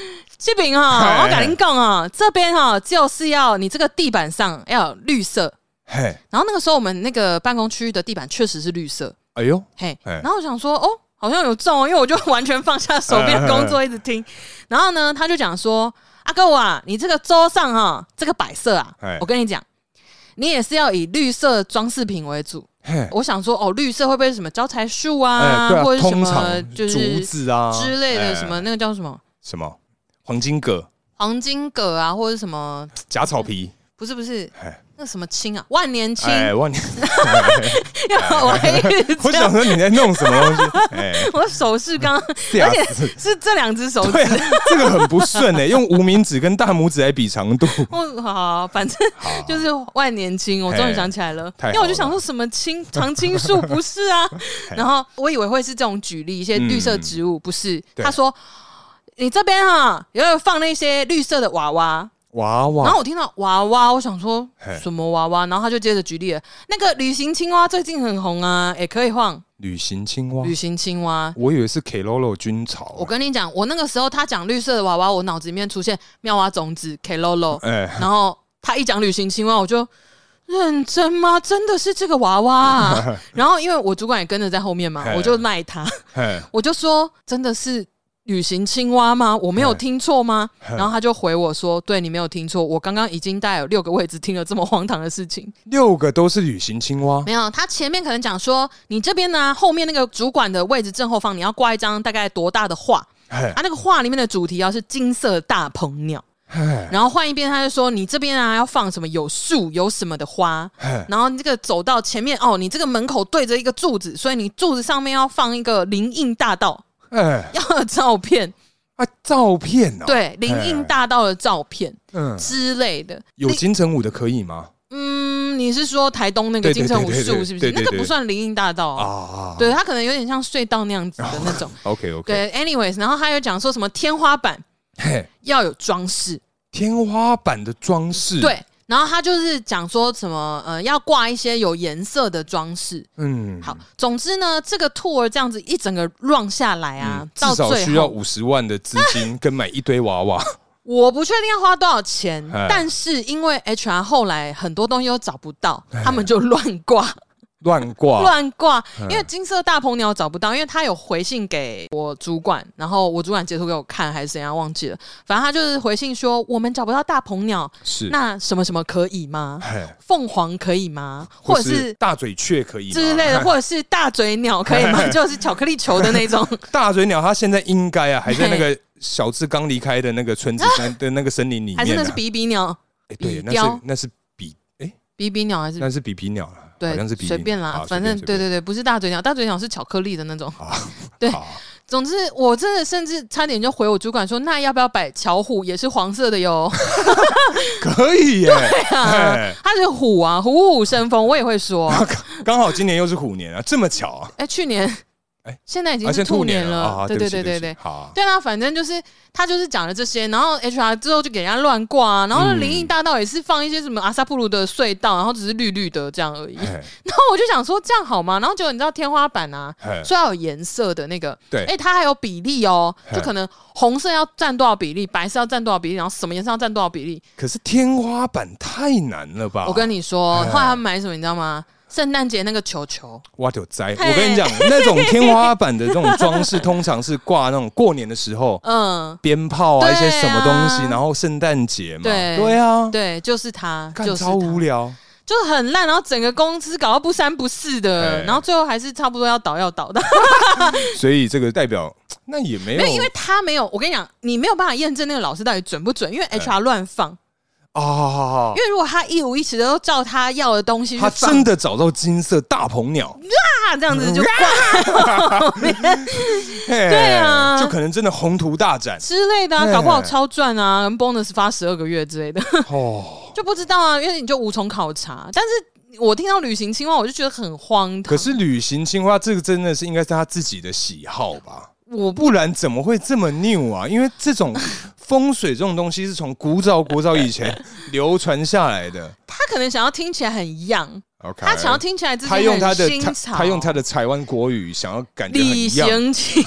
这边啊，
嘿
我跟您讲啊，这边啊，就是要你这个地板上要有绿色。
嘿，
然后那个时候我们那个办公区域的地板确实是绿色，
哎呦，
嘿，
嘿
然后我想说，哦，好像有中哦，因为我就完全放下手边的工作，一直 听。然后呢，他就讲说，阿哥啊，你这个桌上哈、这个摆设啊
哎，
我跟你讲，你也是要以绿色装饰品为主。
嘿，
我想说，哦，绿色会不会是什么招财树啊，
哎，对啊，
或者是什
通
么
常
就
竹
是
子啊
之类的
哎
什么、那个叫什么？
什么黄金葛，
黄金葛啊，或者什么，
假草皮，
不是不是
哎，
那什么青啊，万年青，
哎，万年，
我还一直
我
这
想
样
说你在弄什么东 西？哎，
我手势刚，
吓
而且
死
是这两只手指
对。啊，这个很不顺哎，用无名指跟大拇指来比长度，
我好，反正就是万年青，我终于想起来了。
太好
因
了
为我就想说什么 青常青树不是啊，然后我以为会是这种举例一些绿色植物，不是。
嗯对
他说你这边啊，也有放那些绿色的娃娃，
娃
然
娃
后我听到娃娃，我想说
哦嘿
什么娃娃，然后他就接着举例了，那个旅行青蛙最近很红啊，也可以放
旅行青蛙
旅，行青蛙。
我以为是 Klolo 军
我
草，
跟你讲，我那个时候他讲绿色的娃娃，我脑子里面出现妙蛙种子 Klolo，
哎，
然后他一讲旅行青蛙，我就认真吗？真的是这个娃娃啊、然后因为我主管也跟着在后面嘛
嘿，
我就赖他，
哎，
我就说真的是。旅行青蛙吗？我没有听错吗？然后他就回我说：“对你没有听错，我刚刚已经带有六个位置听了这么荒唐的事情。
六个都是旅行青蛙，
没有，他前面可能讲说你这边呢，后面那个主管的位置正后方，你要挂一张大概多大的画，
哎
啊，那个画里面的主题啊要是金色大鹏鸟。
哎
然后换一边，他就说你这边啊要放什么有树有什么的花，
哎
然后你这个走到前面哦，你这个门口对着一个柱子，所以你柱子上面要放一个林荫大道
哎
要有照片，
啊，照片啊，，
对林荫大道的照片
嗯，
之类的。
有金城武的可以吗？
嗯，你是说台东那个
对对
金城武
对对
术
对
是不
对对
是？那个
对
不算林荫大道啊，
啊，
对，它可能有点像隧道那样子的那种。
，OK 哦 OK，
对，anyways，然后他又讲说什么天花板
嘿，
要有装饰，
天花板的装饰，，
对。然后他就是讲说什么呃，要挂一些有颜色的装饰。
嗯，
好，总之呢，这个 tour 这样子一整个 run 下来啊，
嗯，至
到
少需
最
要
后
五十万的资 金跟买一堆娃娃，
我不确定要花多少钱
哎，
但是因为 HR 后来很多东西都找不到，
哎
他们就乱挂。
乱挂，
乱挂，
嗯
因为金色大鹏鸟找不到，因为他有回信给我主管，然后我主管截图给我看还是怎样忘记了，反正他就是回信说我们找不到大鹏鸟，
是，
那什么什么可以吗？
哎，
凤凰可以吗？或者
是
是
大嘴雀可以吗
之类 的，或者是大嘴鸟可以吗？就是巧克力球 的那种，
大嘴鸟，它现在应该啊，还在那个小智刚离开的那个 村子山的那个森林里
还是
面
那
呢
是。比比鸟？
哎对，那
雕
是那是比，哎，
比比鸟还是
那是比比鸟了，
对
好像是比比鸟
随便啦
好，
反
随
正
便
对对对，不是大嘴鸟，大嘴鸟是巧克力的那种。
随
对
便好
总之，我真的甚至差点就回我主管说，那要不要摆巧虎也是黄色 的哟？
可以耶，嘿
它是虎啊，虎虎生风，我也会 说。
刚好今年又是虎年啊，这么巧啊，
哎、去年，
哎
现在已
啊
经
现在
是
兔
兔
年
了，
啊，
对
对不起
对
对
对
不起
对。
好啊，
对啊，反正就是他就是讲了这些，然后 HR 之后就给人家乱挂、啊，然后
嗯
灵异大道也是放一些什么阿萨布鲁的隧道，然后只是绿绿的这样而已。
嘿
然后我就想说这样好吗？然后结果你知道天花板啊，
嘿
所以要有颜色的那个，
对
哎，它还有比例哦，
嘿
就可能红色要占多少比例，白色要占多少比例，然后什么颜色要占多少比例。
可是天花板太难了吧？
我跟你说，
啊嘿
后来他们买什么，你知道吗？圣诞节那个球球，
我有灾，
嘿
我跟你讲，那种天花板的这种装饰，通常是挂那种过年的时候
嗯，
鞭炮 啊，
对
一
啊
些什么东西，然后圣诞节嘛，
对
对啊，
对，就是它，
看
就是
超无
它，
聊，
就是很烂，然后整个公司搞到不三不四的
嘿，
然后最后还是差不多要倒要倒的，
所以这个代表那也没
没
有
有，因为他没有，我跟你讲，你没有办法验证那个老师到底准不准，因为
哎
HR 乱放，
啊
因，为如果他一五一十的都照他要的东西去
他
放，
真的找到金色大鹏鸟，
啊这样子就
对
啊
就可能真的宏图大 展
之类的、啊，
对
搞不好超赚啊跟，bonus 发十二个月之类的，
哦。
就不知道啊，因为你就无从考察。但是我听到旅行青蛙，我就觉得很荒
可
唐。
是旅行青蛙这个真的是应该是他自己的喜好吧？
我不
不然怎么会这么 new 啊？因为这种风水这种东西是从古早古早以前流传下来的。
他可能想要听起来很样，
OK，
他想要听起来自己
哎他用他的
很新
他
潮
他用他的台湾国语想要感觉很
旅
一样。
行青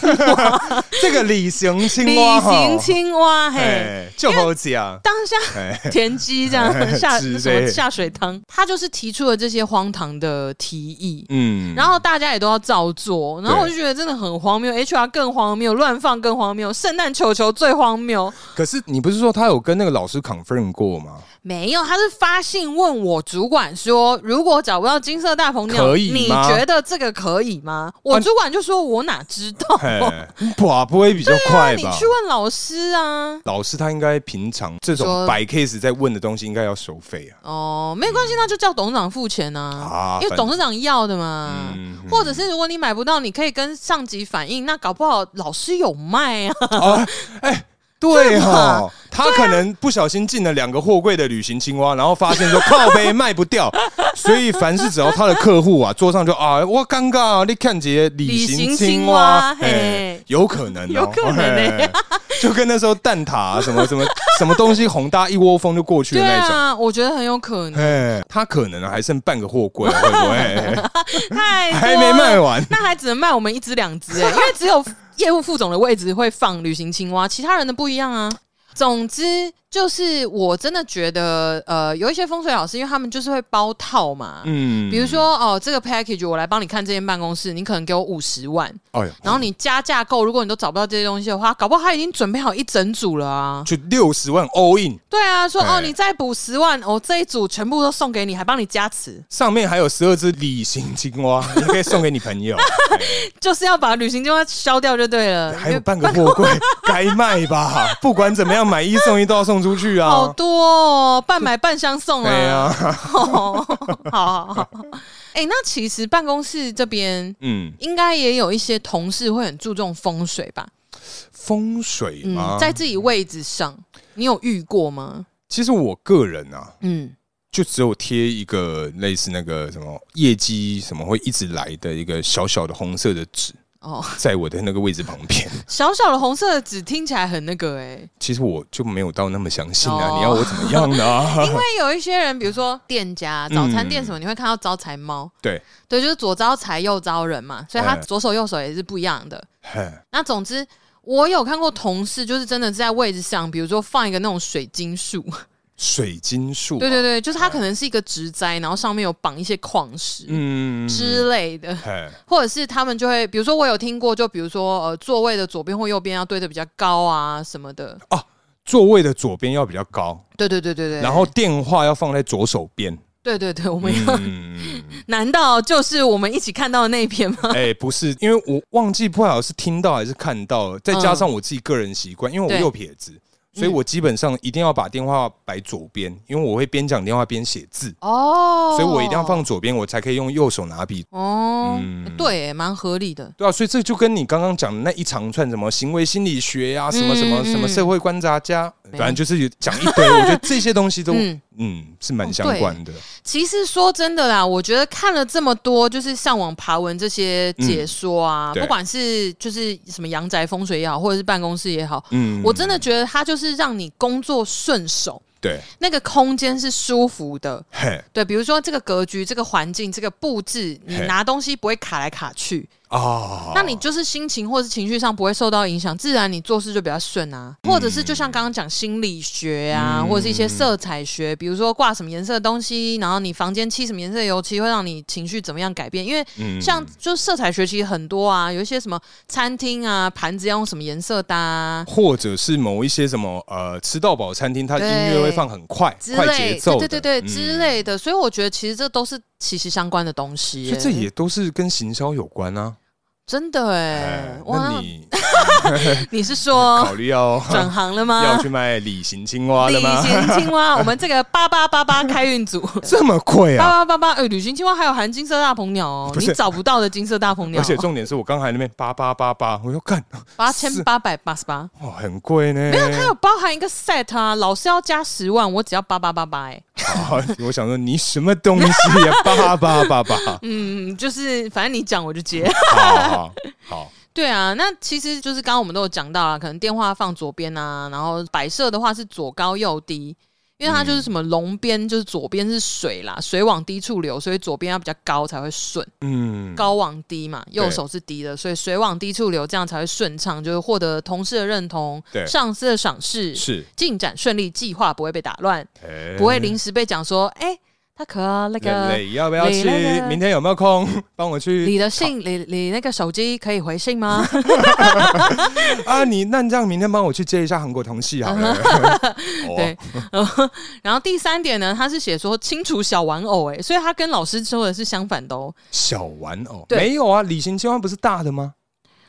这个旅行 青
旅
蛙哈，
行青蛙，嘿，
哎，就好讲。
当下
哎，
田 鸡这样下
之类
什么下水汤，他就是提出了这些荒唐的提议。
嗯，
然后大家也都要照做，然后我就觉得真的很荒谬，HR 更荒谬，乱放更荒谬，圣诞球球最荒谬。
可是你不是说他有跟那个老师 confirm 过吗？
没有，他是发信问我主管说，如果找不到金色大鹏鸟，
可以
你
吗
觉得这个可以吗？我
啊
主管就说：“我哪知道？
嘿， 哇，不会比较
那
快
哦啊你
吧？
去问老师啊。
老师他应该平常这
说
种摆 case 在问的东西应该要收费啊。”
哦，没关系，那就叫董事长付钱啊
啊，
因为董事长要的嘛。
嗯，
或者是如果你买不到，你可以跟上级反映，那搞不好老师有 卖啊。
对
嘛啊
哈，他可能不小心进了两个货柜的旅行青蛙，然后发现说靠背卖不 掉，所以凡是只要他的客户啊，桌上就啊，我尴尬啊，你看这旅
旅行
行
青
青
蛙
蛙，
嘿
嘿有可能哦，
有可能欸
嘿就跟那时候蛋挞啊什 么什么什么东西宏大一窝蜂就过去
对
的那种。
啊，我觉得很有 可能，
哎，他可能啊还剩半个货 柜啊，会不会
太多了
哎还没卖哦完？
那还只能卖我们一只两只哎，因为只有业务副总的位置会放旅行青蛙，其他人的不一样啊。总之就是，我真的觉得，呃，有一些风水老师，因为他们就是会包套嘛，
嗯
比如，说哦，这个 package 我来帮你看这间办公室，你可能给我五十万，
哎呦，
然后你加价购，如果你都找不到这些东西的话，搞不好他已经准备好一整组了啊。
就六十万 all in，
对啊，说哦，
哎
你再补十万，哦，这一组全部都送给你，还帮你加持，
上面还有十二只旅行青 蛙，你可以送给你朋友。
就是要把旅行计划消掉就对了。
还有半个货 柜，该卖吧？不管怎么样，买一送一都要送出去
好
啊！
多、哦，半买半相送啊！哦
对啊，
好好好，哎、那其实办公室这边
嗯，
应该也有一些同事会很注重风水吧？
风水嘛
嗯，，在自己位置上，你有遇过吗？
其实我个人啊，
嗯，
就只有贴一个类似那个什么业绩什么会一直来的一个小小的红色的纸，
哦，
在我的那个位置旁 边。
小小的红色的纸听起来很那个哎、
其实我就没有到那么详细啊，
哦
你要我怎么样呢、
因为有一些人，比如说店家、早餐店
嗯
什么，你会看到招财猫，
对，
对，就是左招财右招人嘛，所以他
嗯
左手右手也是不一样的。
嘿
那总之，我有看过同事，就是真的是在位置上，比如说放一个那种水 晶树，
水晶树、啊
对对，对，就是它可能是一个植栽，然后上面有绑一些矿石
哎嗯，
之类的。
嘿，
或者是他们就会，比如说我有听过，就比如说呃，座位的左边或右边要对的比较高啊什么的，
座位的左边要比较高，
对对对对对。
然后电话要放在左手边。
对对对，我们要、
嗯。
难道就是我们一起看到的那一篇吗？
哎、不是，因为我忘记不好是听到还是看到了，再加上我自己个人习惯，因为
对嗯
我右撇子，所以我基本上一定要把电话摆左边，因为我会边讲电话边写字，
哦，
所以我一定要放左边，我才可以用右手拿笔。
哦，
嗯
对，蛮合理的。
对啊，所以这就跟你刚刚讲的那一长串什么行为心理学呀、什么什么
嗯
什么社会观察家，
没
反正就是有讲一堆，我觉得这些东西都
嗯哦
嗯是蛮相关的。
其实说真的啦，我觉得看了这么多，就是上网爬文这些解说啊，
嗯对
不管是就是什么阳宅风水也好，或者是办公室也好，
嗯，
我真的觉得它就是让你工作顺手，
对，
那个空间是舒服的。
嘿
对，比如说这个格局、这个环境、这个布置，你
嘿
拿东西不会卡来卡去，
啊，
那你就是心情或是情绪上不会受到影响，自然你做事就比较顺啊。或者是就像刚刚讲心理学啊，
嗯
或者是一些色彩学，比如说挂什么颜色的东西，然后你房间漆什么颜色的油漆，会让你情绪怎么样改变？因为
嗯
像就色彩学其实很多啊，有一些什么餐厅啊，盘子要用什么颜色搭、啊。
或者是某一些什么呃吃到饱餐厅，它音乐会放很快
之，
快
类
节，奏
对
的，
对对
嗯
对、之类的，所以我觉得其实这都是息息相关的东西耶、
所以这也都是跟行销有关啊。
真的哎、
哎
哇
那，你
你是说
考虑 要
转行了 吗？
要去卖李行青蛙了吗
旅？行青蛙，我们这个八八八八开 运组。
这么贵啊！
八八八八，哎，旅行青蛙还有含金色大鹏鸟哦，
不
你
是
找不到的金色大鹏鸟
而，且重点是我刚才那边八八八八，我说干
八千八百八十八，
哦，很贵呢。
没有，它有包含一个 set 啊，老师要加十万，我只要八八八八，哎，
好 我想说你什么东西啊呀？八八八八，
嗯，就是反正你讲我就 接。
好好好，
对啊，那其实就是刚刚我们都有讲到啊，可能电话放左边啊，然后摆设的话是左高右低。因为它
嗯
就是什么龙边，就是左边是水啦，水往低处流，所以左边要比较高才会顺。
嗯，
高往低嘛，右
对
手是低的，所以水往低处流，这样才会顺畅，就是获得同事的认同，
对
上司的赏识，
是
进展顺利，计划不会被打乱，
哎
不会临时被讲说，哎、他可那个
磊要不要
磊
去
那个？
明天有没有空？ 帮我去
你的信，你你那个手机可以回信吗？
啊！你那你这样明天帮我去接一下韩国同戏好
嗯
了。哦
对，然后然后第三点呢，他是写说清除小玩偶、欸，哎，所以他跟老师说的是相反的哦。
小玩偶
对
没有啊？李行千万不是大的吗？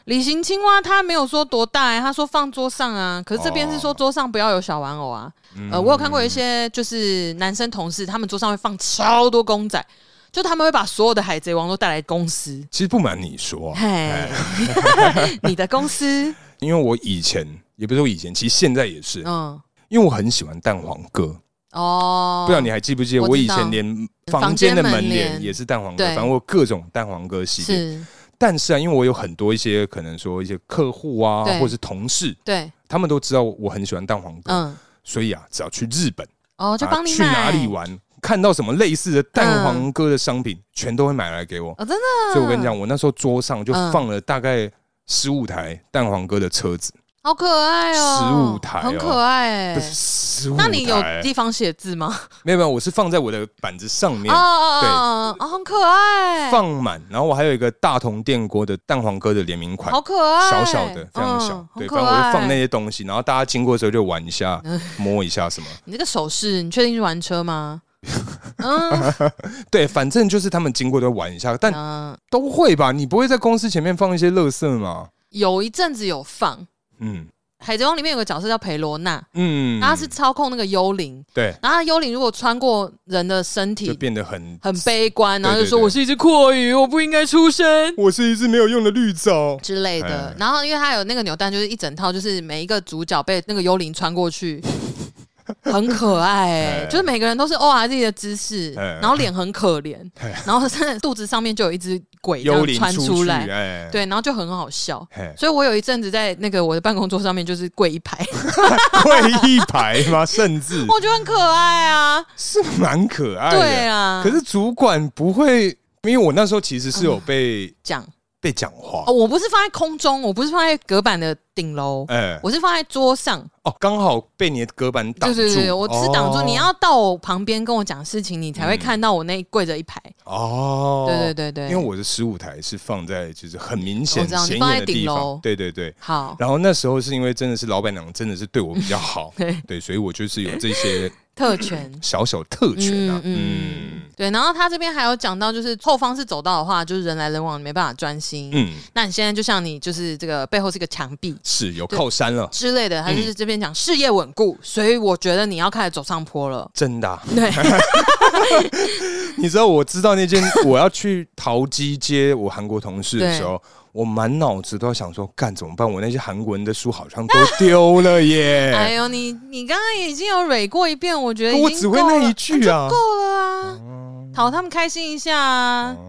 旅行青蛙他没有说多大、欸，他说放桌上啊，可是这边是说桌上不要有小玩偶啊。呃，我有看过一些就是男生同事，他们桌上会放超多公仔，就他们会把所有的海贼王都带来公司。
其实不瞒你说
嗯
啊，
嘿，你的公司，
因为我以前也不是我以前，其实现在也是，
嗯，
因为我很喜欢蛋黄哥。
哦，
不知道你还记不记得，
我
我
知道嗯
以前连房间的门
房间门
帘
帘
也是蛋黄哥，
对
反正我有各种蛋黄哥系列。
是，
但是啊，因为我有很多一些可能说一些客户啊，
对
或者是同事，
对，
他们都知道我很喜欢蛋黄哥，
嗯，
所以啊，只要去日本，
哦，就
啊
帮你
去
买、
哪里玩，看到什么类似的蛋黄哥的商
嗯
品，全都会买来给我。
哦，真的，
所以我跟你，讲，我那时候桌上就
嗯
放了大概十五台蛋黄哥的车子，
好可爱哦，
15台哦
很可爱、
不
欸
是。十五台。
那你有地方写字吗？
没有没有，我是放在我的板子上
哦
面。
哦哦，哦很可爱，
放满，然后我还有一个大同电锅的蛋黄哥的联名款
好，可爱，
小小的，非常
嗯
小。
很
对，
可
反正我
爱。嗯
就放那些东西，然后大家经过的时候就玩一下，摸一下什么。
你这个手势，你确定是玩 车吗？嗯
对，反正就是他们经过都玩一下，但
嗯，
都会吧？你不会在公司前面放一些垃圾吗？
有一阵子有放《
嗯
海贼王》里面有个角色叫裴罗娜，
嗯，
然后她是操控那个幽灵，
对，
然后她幽灵如果穿过人的身
就
体，
变得很
很悲观，然后就
对对
说
对
我是一只阔鱼，我不应该出生。
我是一只没有用的绿藻。
之类的
哎，
然后因为它有那个扭蛋，就是一整套，就是每一个主角被那个幽灵穿 过去，很可爱、欸，
哎
就是每个人都是 O R Z 的姿势，
哎
然后脸很可怜，然后真的肚子上面就有一只鬼这
幽
样
灵
穿
出去，
来，
哎，
对，然后就很好笑。
嘿，
所以我有一阵子在那个我的办公桌上面就是跪一排，
跪一排 吗？甚至
哦我觉得很可爱啊，
是蛮可爱的。
对啊。
哎可是主管不会，因为我那时候其实是有被、
讲
被讲话
哦，，我不是放在空中，我不是放在隔板的顶楼，
哎、
我是放在桌上，
哦，刚好被你的隔板挡
对
住，
对对，我只是挡住，
哦
你要到我旁边跟我讲事情，你才会
嗯
看到我那跪着一排。
哦，
对对对对，
因为我的十五台是放在就是很明显
我知道你
显
放在
眼的
顶
地
楼
方，对对对。
好
然后那时候是因为真的是老板娘真的是对我比较好
对，
对，所以我就是有这些。
特权
小小特权啊，
嗯
嗯
对，然后他这边还有讲到，就是后方是走道的话，就是人来人往，你没办法专心。
嗯，
那你现在就像你就是这个背后是个墙壁
是有靠山了，
之类的，他
嗯
就是这边讲事业稳固，所以我觉得你要开始走上坡了。
真的啊、
对，
你知道我知道那件我要去桃机接我韩国同事的时候，我满脑子都在想说，干怎么办？我那些韩国人的书好像都丢了
哎
耶，
呦，你你刚刚已经有蕊过一遍，我觉得
可
已
我
经
只会
够
那
了
一句啊。
够了啊，讨他们开心一下啊！
哦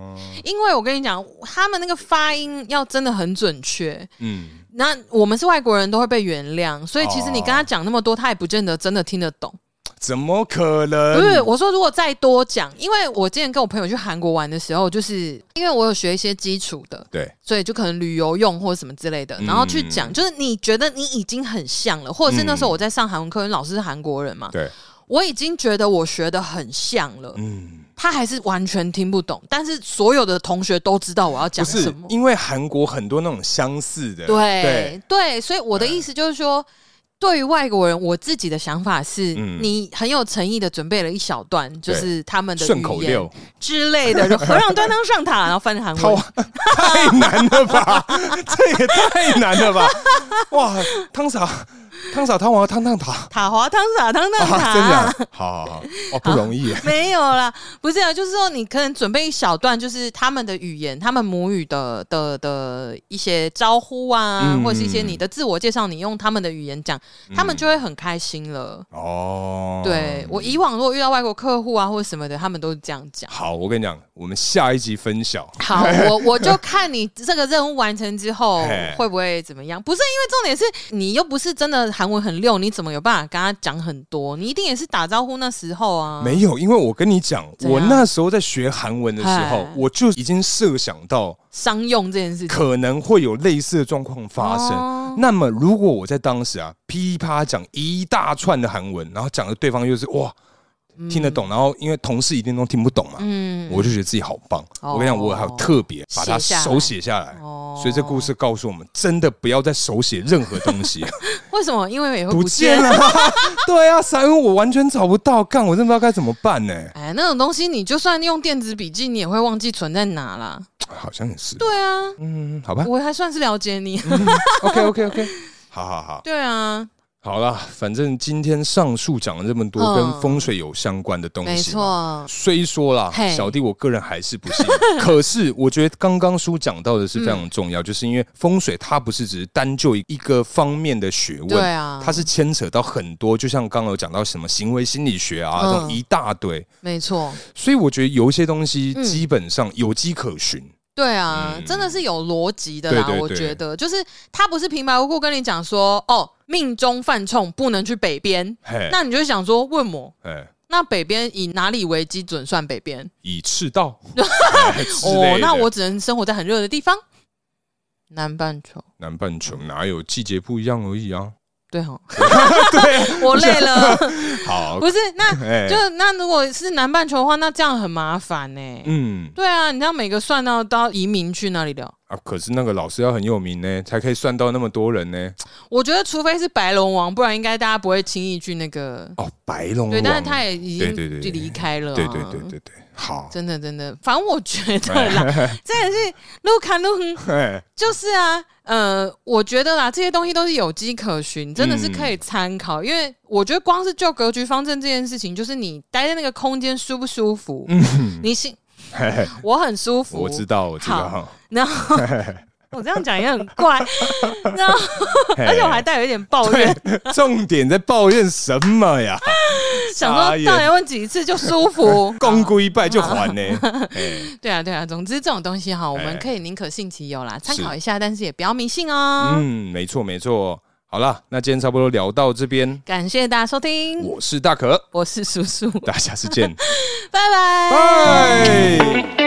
因为我跟你讲，他们那个发音要真的很准确。
嗯，
那我们是外国人都会被原谅，所以其实你
哦
跟他讲那么多，他也不见得真的听得懂。
怎么可
不是，
能？
我说如果再多讲，因为我之前跟我朋友去韩国玩的时候，就是因为我有学一些基础的，
对，
所以就可能旅游用或者什么之类的，
嗯
然后去讲，就是你觉得你已经很像了，或者是那时候我在上韩文课，因为老师是韩国人嘛，
对，
我已经觉得我学的很像了，
嗯，
他还是完全听不懂，但是所有的同学都知道我要
不
讲
是
什么，
因为韩国很多那种相似的，
对对，所以我的意思就是说。对于外国人，我自己的想法是，
嗯
你很有诚意的准备了一小段，就是他们的
顺
语
口
言
溜
之类的，就和尚端汤上塔，然后翻成韩
太
文。
太难了 吧？这也太难了吧？哇，汤嫂，汤嫂，汤王，汤汤塔，
塔滑汤洒 汤汤
啊，真的
塔
啊，，好好好，哇，不容易 耶。
没有啦，不是啊，就是说你可能准备一小段，就是他们的语言，他们母语的的的一些招呼啊，
嗯
或者是一些你的自我介绍，你用他们的语言讲，他们就会很开心了。
哦，
对我以往如果遇到外国客户啊或者什么的，他们都是这样讲。
好，我跟你讲，我们下一集分晓。
好，我我就看你这个任务完成之后
嘿
会不会怎么样？不是因为重点是你又不是真的韩文很溜，你怎么有办法跟他讲很多？你一定也是打招呼那时候啊。
没有，因为我跟你讲，
怎
我
样哎
那时候在学韩文的时候
嗨，
我就已经设想到
商用这件事情
可能会有类似的状况发生。
哦
那么，如果我在当时啊，噼啪讲一大串的韩文，然后讲的对方又是哇，听得懂，然后因为同事一定都听不懂嘛，
嗯，
我就觉得自己好棒。
哦
我跟你讲，我还有特别把它
写下来
手写下来，
哦
所以这故事告诉我们，真的不要再手写任何东西，啊
哦为什么？因为也会
不见
了。
了。 对啊，因为我完全找不到，干，我真不知道该怎么办呢、
哎，那种东西你就算用电子笔记，你也会忘记存在哪啦。
好像也是，
对啊，
嗯，好吧
我还算是了 解你。
，OK OK OK，好好好。
对啊，
好啦，反正今天上述讲了这么多
嗯
跟风水有相关的东西，
没。错，
虽说啦，
嘿
小弟我个人还是不 信，可是我觉得刚刚叔讲到的是非常重
嗯
要，就是因为风水它不是只是单就一个方面的学
对
问，
啊，
它是牵扯到很多，就像刚刚有讲到什么行为心理学啊，
嗯
这种一大堆，
没错，
所以我觉得有一些东西
嗯
基本上有迹可循，
对啊，
嗯
真的是有逻辑的
对
啦。
对对
我觉得，就是他不是平白无故跟你讲说，哦，命中犯冲不能去北边，
嘿，
那你就会想说，问我。
哎，
那北边以哪里为基准算北边？
以赤 道哎之类的
哦，那我只能生活在很热的地方，南半球。
南半球哪有季节不一样而已 啊？
对哦，对，我累了。
好，
不是，那
啊 哎，
就那如果是南半球的话，那这样很麻烦呢、
嗯
对啊，你这样每个算到都要移民去那里哦了。
啊，可是那个老师要很有名呢，才可以算到那么多人呢。
我觉得除非是白龙王，不然应该大家不会轻易去那个。
哦，白龙
对，但是
王
他也已
对对对对
经就离开了、啊。
对对对对对，好，
真的真的，反正我觉得啦， 真的是路看路哼
哎，
就是啊，呃，我觉得啦，这些东西都是有迹可循，真的是可以参考。因为我觉得光是就格局方正这件事情，就是你待在那个空间舒不舒服，你心
嘿嘿
我很舒服，
嗯我知道，我知道，
然后我这样讲也很怪，然后
嘿
而且我还带有一点抱怨，
重点在抱怨什么 呀？。
想说到底要问几次就舒服
功归一拜就还呢，哎，
对啊，对啊，总之这种东西哈，我
哎
们可以宁可信其有啦，参
是
考一下，但是也不要迷信哦。
嗯，没错没错。好了，那今天差不多聊到这边，
感谢大家收听，
我是大可，
我是叔叔，
大家下次见，
拜拜。
拜。